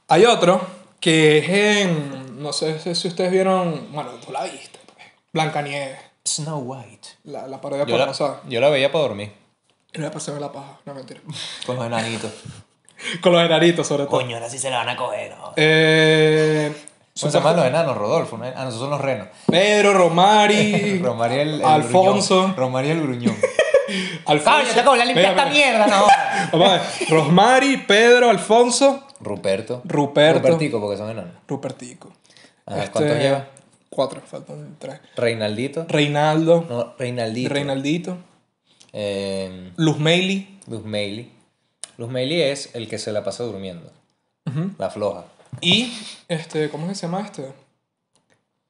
Speaker 2: Hay otro que es en. No sé si- si ustedes vieron. Bueno, tú la viste, pues. Blancanieves.
Speaker 1: Snow White.
Speaker 2: La, la pared de
Speaker 1: Yo la,
Speaker 2: pasar.
Speaker 1: yo la veía para dormir,
Speaker 2: Y la pasé en la paja, no mentira.
Speaker 1: con los enanitos.
Speaker 2: Con los enanitos, sobre todo.
Speaker 1: Coño, Pues, ahora sí se la van a coger. ¿no?
Speaker 2: Eh,
Speaker 1: ¿Cómo se llaman los enanos, Rodolfo? ¿no? Ah, no, esos son los renos.
Speaker 2: Pedro, Romari.
Speaker 1: Romariel el
Speaker 2: Alfonso.
Speaker 1: Gruñón. Romariel el Gruñón.
Speaker 2: Alfonso. Mira, mira.
Speaker 1: mierda, no!
Speaker 2: Vamos a ver. Rosmari, Pedro, Alfonso,
Speaker 1: Ruperto.
Speaker 2: Ruperto. Este-
Speaker 1: Rupertico, porque son enanos.
Speaker 2: Rupertico.
Speaker 1: Ajá, Ah, ¿cuántos lleva?
Speaker 2: Cuatro, faltan tres.
Speaker 1: Reinaldito.
Speaker 2: Reinaldo,
Speaker 1: No, Reinaldito.
Speaker 2: Reinaldito,
Speaker 1: Eh,
Speaker 2: Luz Meili.
Speaker 1: Luz Meili. Luz Meili es el que se la pasa durmiendo.
Speaker 2: Ujú.
Speaker 1: La floja.
Speaker 2: Y, este, ¿cómo es que se llama este?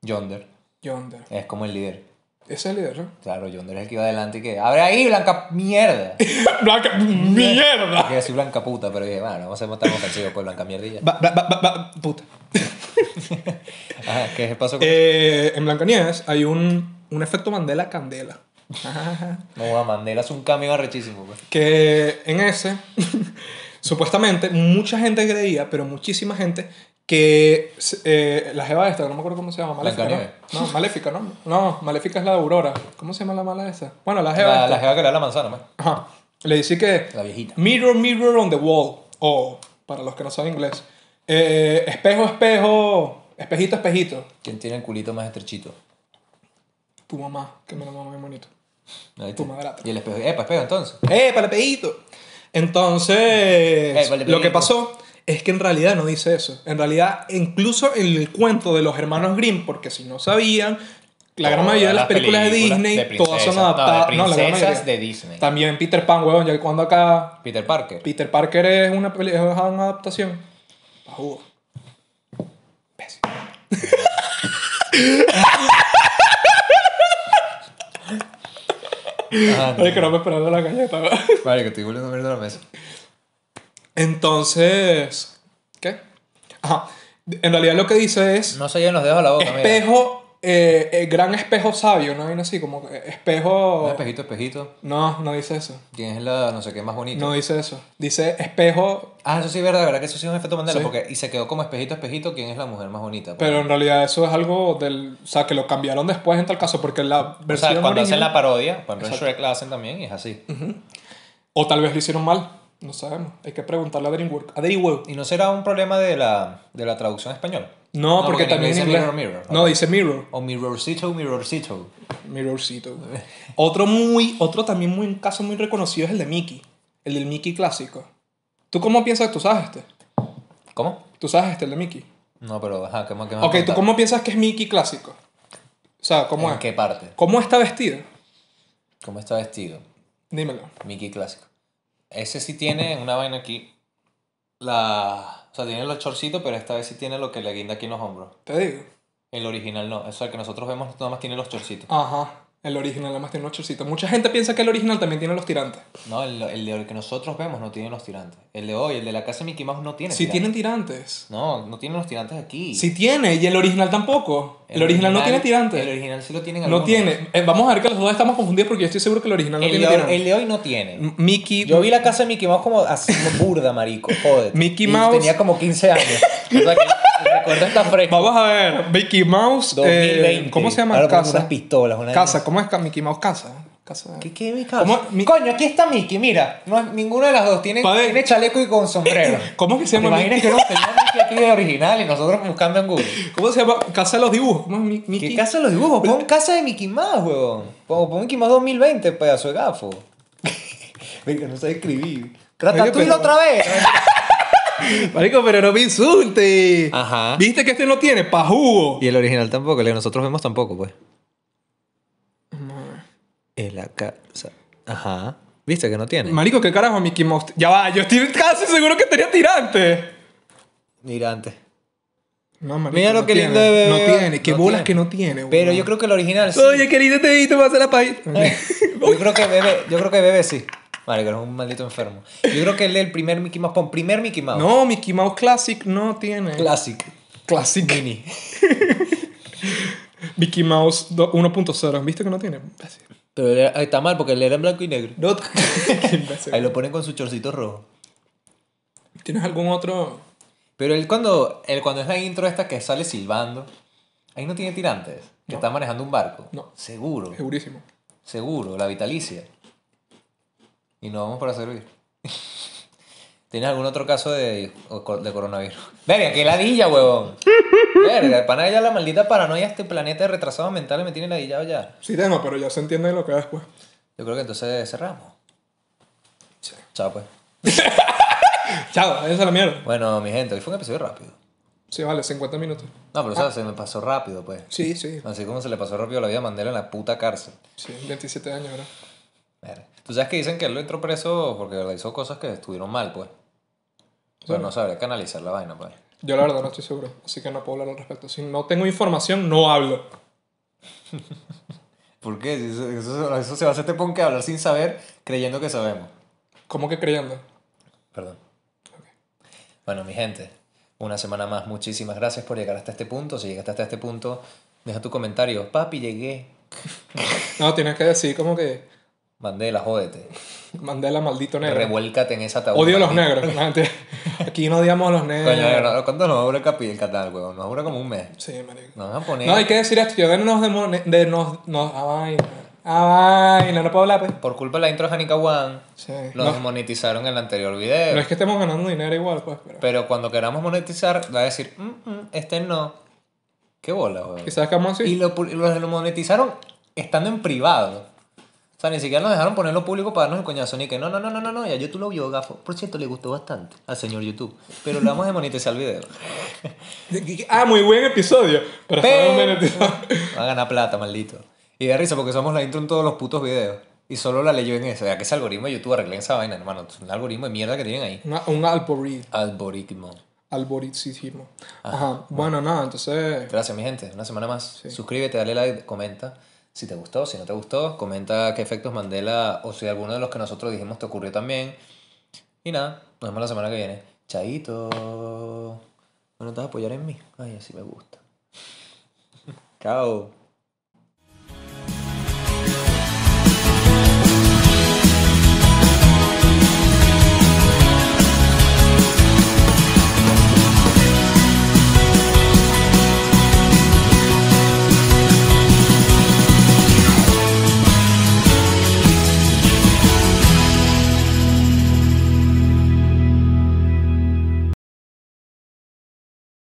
Speaker 1: Yonder.
Speaker 2: Yonder.
Speaker 1: Es como el líder.
Speaker 2: Ese es el líder, ¿no?
Speaker 1: Claro, Yonder es el que iba adelante y que... ¡Abre ahí, blanca mierda!
Speaker 2: Blanca, mierda.
Speaker 1: Porque yo soy blanca puta, pero dije, bueno, vamos a ser tan ofensivos con pues, blanca mierdilla.
Speaker 2: Ba- ba- ba- ba- ba- puta.
Speaker 1: Ajá, ¿qué es el paso con
Speaker 2: Eh, en Blancanieves hay un, un efecto Mandela Candela. Ajá.
Speaker 1: No, a Mandela es un cambio arrechísimo, pues.
Speaker 2: que en ese, supuestamente, mucha gente creía, pero muchísima gente, que eh, la jeva esta, no me acuerdo cómo se llama, Maléfica.
Speaker 1: Blancanieves.
Speaker 2: ¿no? no, Maléfica, ¿no? No, Maléfica es la de Aurora. ¿Cómo se llama la mala esa? Bueno, la jeva.
Speaker 1: La,
Speaker 2: esta.
Speaker 1: la jeva que le da la manzana, pues. man.
Speaker 2: Ajá. Le dice que
Speaker 1: La viejita.
Speaker 2: Mirror, mirror on the wall. O, para los que no saben inglés, eh, espejo, espejo, espejito, espejito.
Speaker 1: ¿Quién tiene el culito más estrechito?
Speaker 2: Tu mamá, que me lo mamá muy bonito.
Speaker 1: Ahí
Speaker 2: Tu
Speaker 1: está.
Speaker 2: madrastra.
Speaker 1: Y el espejo. Epa, espejo, entonces.
Speaker 2: ¡Eh, para el pedito! Entonces,
Speaker 1: vale,
Speaker 2: lo que
Speaker 1: pedito.
Speaker 2: pasó es que en realidad no dice eso. En realidad, incluso en el cuento de los hermanos Grimm, porque si no sabían, la gran
Speaker 1: Todas
Speaker 2: mayoría de las
Speaker 1: las
Speaker 2: películas,
Speaker 1: películas
Speaker 2: de
Speaker 1: de
Speaker 2: Disney, todas
Speaker 1: princesas.
Speaker 2: son
Speaker 1: No, de
Speaker 2: adaptadas. la gran
Speaker 1: princesas
Speaker 2: mayoría.
Speaker 1: de Disney.
Speaker 2: También Peter Pan, weón, ya cuando acá
Speaker 1: Peter Parker.
Speaker 2: Peter Parker es una, peli- es una adaptación. Pa' jugo. Pésimo.
Speaker 1: Ah, no.
Speaker 2: Ay, que no me esperaba la galleta. weón.
Speaker 1: Vale, que estoy volviendo a ver de la mesa.
Speaker 2: Entonces, ¿qué? Ajá. En realidad lo que dice es...
Speaker 1: No se lleven los dedos a la boca, mira.
Speaker 2: Espejo, eh, eh, gran espejo sabio, ¿no? Viene así como que
Speaker 1: Un
Speaker 2: espejo...
Speaker 1: espejito, espejito.
Speaker 2: No, no dice eso.
Speaker 1: ¿Quién es la no sé qué más bonita?
Speaker 2: No dice eso. Dice espejo,
Speaker 1: Ah, eso sí es verdad, verdad que eso sí es un efecto Mandela.
Speaker 2: Sí.
Speaker 1: Porque, y se quedó como espejito, espejito, ¿quién es la mujer más bonita? pues?
Speaker 2: pero en realidad eso es algo del... O sea, que lo cambiaron después en tal caso, porque la
Speaker 1: o
Speaker 2: versión
Speaker 1: sea, cuando hacen
Speaker 2: original-
Speaker 1: la parodia, cuando en
Speaker 2: Exacto.
Speaker 1: Shrek la hacen también y es así.
Speaker 2: O tal vez lo hicieron mal. No sabemos. Hay que preguntarle a DreamWorks. A DreamWorks.
Speaker 1: ¿Y no será un problema de la, de la traducción española?
Speaker 2: No, porque,
Speaker 1: en
Speaker 2: también
Speaker 1: inglés
Speaker 2: en
Speaker 1: dice
Speaker 2: inglés...
Speaker 1: Mirror, mirror.
Speaker 2: No, dice mirror.
Speaker 1: O mirrorcito, mirrorcito.
Speaker 2: Mirrorcito. güey. otro muy, otro también muy, un caso muy reconocido es el de Mickey. El del Mickey clásico. ¿Tú cómo piensas que tú sabes este?
Speaker 1: ¿Cómo?
Speaker 2: ¿Tú sabes este, el de Mickey?
Speaker 1: No, pero ajá, ¿qué más? Qué más
Speaker 2: Ok, ¿tú
Speaker 1: contar?
Speaker 2: cómo piensas que es Mickey clásico? O sea, ¿cómo
Speaker 1: ¿En
Speaker 2: es?
Speaker 1: qué parte?
Speaker 2: ¿Cómo está vestido?
Speaker 1: ¿Cómo está vestido?
Speaker 2: Dímelo.
Speaker 1: Mickey clásico. Ese sí tiene una vaina aquí. La... O sea, tiene los chorcitos, pero esta vez sí tiene lo que le guinda aquí en los hombros.
Speaker 2: Te digo.
Speaker 1: El original no. O sea, el que nosotros vemos nada más tiene los chorcitos.
Speaker 2: Ajá. El original además tiene unos chorcitos. Mucha gente piensa que el original también tiene los tirantes.
Speaker 1: No, el, el de- el que nosotros vemos no tiene los tirantes. El de hoy, el de la casa de Mickey Mouse no tiene
Speaker 2: Si
Speaker 1: tirantes.
Speaker 2: tienen tirantes.
Speaker 1: No, no tiene los tirantes aquí.
Speaker 2: Si tiene, y el original tampoco. El, original, no tiene
Speaker 1: El
Speaker 2: tirantes.
Speaker 1: original sí lo tienen
Speaker 2: No
Speaker 1: algunos.
Speaker 2: tiene. Eh, vamos a ver que los dos estamos confundidos porque yo estoy seguro que el original no
Speaker 1: El,
Speaker 2: tiene
Speaker 1: de,
Speaker 2: tirantes.
Speaker 1: el de hoy no tiene.
Speaker 2: M- Mickey.
Speaker 1: Yo vi la casa de Mickey Mouse como así como burda, marico. Joder.
Speaker 2: Mickey
Speaker 1: Y
Speaker 2: Mouse-
Speaker 1: Tenía como 15 años. O sea que el recuerdo está fresco.
Speaker 2: Vamos a ver. Mickey Mouse. eh,
Speaker 1: 2020.
Speaker 2: ¿Cómo se llama?
Speaker 1: Ahora ponen
Speaker 2: casa.
Speaker 1: unas pistolas. Una
Speaker 2: Casa. ¿Cómo es ca- Mickey Mouse Casa? Casa.
Speaker 1: ¿Qué, qué, mi casa?
Speaker 2: ¿Cómo? Mi-
Speaker 1: Coño, aquí está Mickey, mira. No, es- ninguna de las dos tiene,
Speaker 2: Pa' ver.
Speaker 1: tiene chaleco y con sombrero.
Speaker 2: ¿Cómo es que se
Speaker 1: ¿Te
Speaker 2: llama Mickey?
Speaker 1: imaginas que no tenía Mickey aquí de original y nosotros buscando en Google?
Speaker 2: ¿Cómo se llama? Casa de los dibujos. ¿Cómo es Mi- Mickey?
Speaker 1: ¿Qué casa de los dibujos? Pon casa de Mickey Mouse, huevón. Pon, pon Mickey Mouse 2020, pedazo de gafo. Venga, no sabe escribir. Ratatouille
Speaker 2: pero-
Speaker 1: otra vez.
Speaker 2: Marico, pero no me insultes.
Speaker 1: Ajá.
Speaker 2: ¿Viste que este no tiene? Pa' jugo.
Speaker 1: Y el original tampoco, el que nosotros vemos tampoco, pues. Es la casa. Ajá. ¿Viste que no tiene?
Speaker 2: Marico, ¿qué carajo Mickey Mouse? Ya va, yo estoy casi seguro que tenía tirante.
Speaker 1: Mira antes.
Speaker 2: No, marico,
Speaker 1: Mira lo
Speaker 2: no
Speaker 1: que
Speaker 2: tiene.
Speaker 1: lindo de bebé.
Speaker 2: No tiene, qué
Speaker 1: No tiene.
Speaker 2: bolas que no tiene.
Speaker 1: Pero
Speaker 2: weón.
Speaker 1: yo creo que el original sí.
Speaker 2: Oye, querido, te te vas a la país.
Speaker 1: Yo creo que bebé, yo creo que bebé sí. Vale, que es un maldito enfermo. Yo creo que él es el primer Mickey Mouse. Pon primer Mickey Mouse.
Speaker 2: no, Mickey Mouse Classic no tiene.
Speaker 1: Classic.
Speaker 2: Classic.
Speaker 1: Mini.
Speaker 2: Mickey Mouse do- 1.0. ¿Viste que no tiene? Así.
Speaker 1: Pero él era- ah, está mal porque él era en blanco y negro.
Speaker 2: No. Qué imbécil.
Speaker 1: Ahí lo ponen con su chorcito rojo.
Speaker 2: ¿Tienes algún otro?
Speaker 1: Pero él cuando, él cuando es la intro esta que sale silbando, ahí no tiene tirantes. Que está manejando un barco.
Speaker 2: No.
Speaker 1: Seguro.
Speaker 2: Segurísimo.
Speaker 1: Seguro, la vitalicia. Y no vamos para servir. ¿Tienes algún otro caso de, o co- de coronavirus? Verga, qué ladilla, huevón. Verga, el pana ya la maldita paranoia, este planeta de retrasados mentales me tiene ladillado ya.
Speaker 2: Sí tengo, pero ya se entiende lo que es pues. después.
Speaker 1: Yo creo que entonces cerramos.
Speaker 2: Sí.
Speaker 1: Chao, pues.
Speaker 2: Chao, váyanse a la mierda.
Speaker 1: Bueno, mi gente, hoy fue un episodio rápido.
Speaker 2: Sí, vale, 50 minutos.
Speaker 1: No, pero o sea, se me pasó rápido, pues.
Speaker 2: Sí, sí.
Speaker 1: Así como se le pasó rápido la vida a Mandela en la puta cárcel.
Speaker 2: Sí, 27 años, ¿verdad?
Speaker 1: Verga. Tú sabes que dicen que él lo entró preso porque realizó cosas que estuvieron mal, pues. Pero no sabría canalizar la vaina, pues.
Speaker 2: Yo la verdad no estoy seguro, así que no puedo hablar al respecto. Si no tengo información, no hablo.
Speaker 1: ¿Por qué? Si Eso, eso- eso se va a hacer te pon que hablar sin saber, creyendo que sabemos.
Speaker 2: ¿Cómo que creyendo?
Speaker 1: Perdón. Bueno, mi gente, una semana más. Muchísimas gracias por llegar hasta este punto. Si llegaste hasta este punto, deja tu comentario. Papi, llegué.
Speaker 2: No, tienes que decir como que
Speaker 1: Mandela, jódete.
Speaker 2: Mandela maldito negro.
Speaker 1: Revuélcate en esa tabla.
Speaker 2: Odio a los negros. No, mentira. Aquí no odiamos a los negros.
Speaker 1: ¿Cuánto nos dura el capi el canal, huevón? Nos dura como un mes.
Speaker 2: Sí, marico.
Speaker 1: Nos van a poner...
Speaker 2: No, hay que decir esto. Yo de nos demone- de nos, nos a vaina. A vaina, no puedo hablar, pues.
Speaker 1: Por culpa de la intro de Hanika One,
Speaker 2: Sí.
Speaker 1: los
Speaker 2: No,
Speaker 1: monetizaron en el anterior video.
Speaker 2: no es que estemos ganando dinero igual, pues, pero.
Speaker 1: Pero cuando queramos monetizar, va a decir, "Mm, mm, este no. Qué bola, weón.
Speaker 2: Quizás que vamos así.
Speaker 1: Y lo, pu- lo, lo monetizaron estando en privado. O sea, ni siquiera nos dejaron ponerlo público para darnos el coñazo. Ni que no, no, no, no, no, no. Ya YouTube lo vio, gafo. Por cierto, le gustó bastante al señor YouTube. Pero lo vamos a monetizar el video.
Speaker 2: Ah, muy buen episodio. Pero fue
Speaker 1: Pero-
Speaker 2: un monetizado.
Speaker 1: Va a ganar plata, maldito. Y de risa porque somos la intro en todos los putos videos. Y solo la leyó en eso. Ya que ese algoritmo de YouTube arreglen esa vaina, hermano. Es un algoritmo de mierda que tienen ahí.
Speaker 2: Una- un algoritmo.
Speaker 1: Algoritmo.
Speaker 2: Alboricismo.
Speaker 1: Ah,
Speaker 2: Ajá. Bueno, nada, entonces.
Speaker 1: Gracias, mi gente. Una semana más. Suscríbete, dale like, comenta si te gustó, si no te gustó. Comenta qué efectos Mandela o si alguno de los que nosotros dijimos te ocurrió también. Y nada, nos vemos la semana que viene. Chaito. Bueno, te vas a apoyar en mí. Ay, así me gusta. Chao.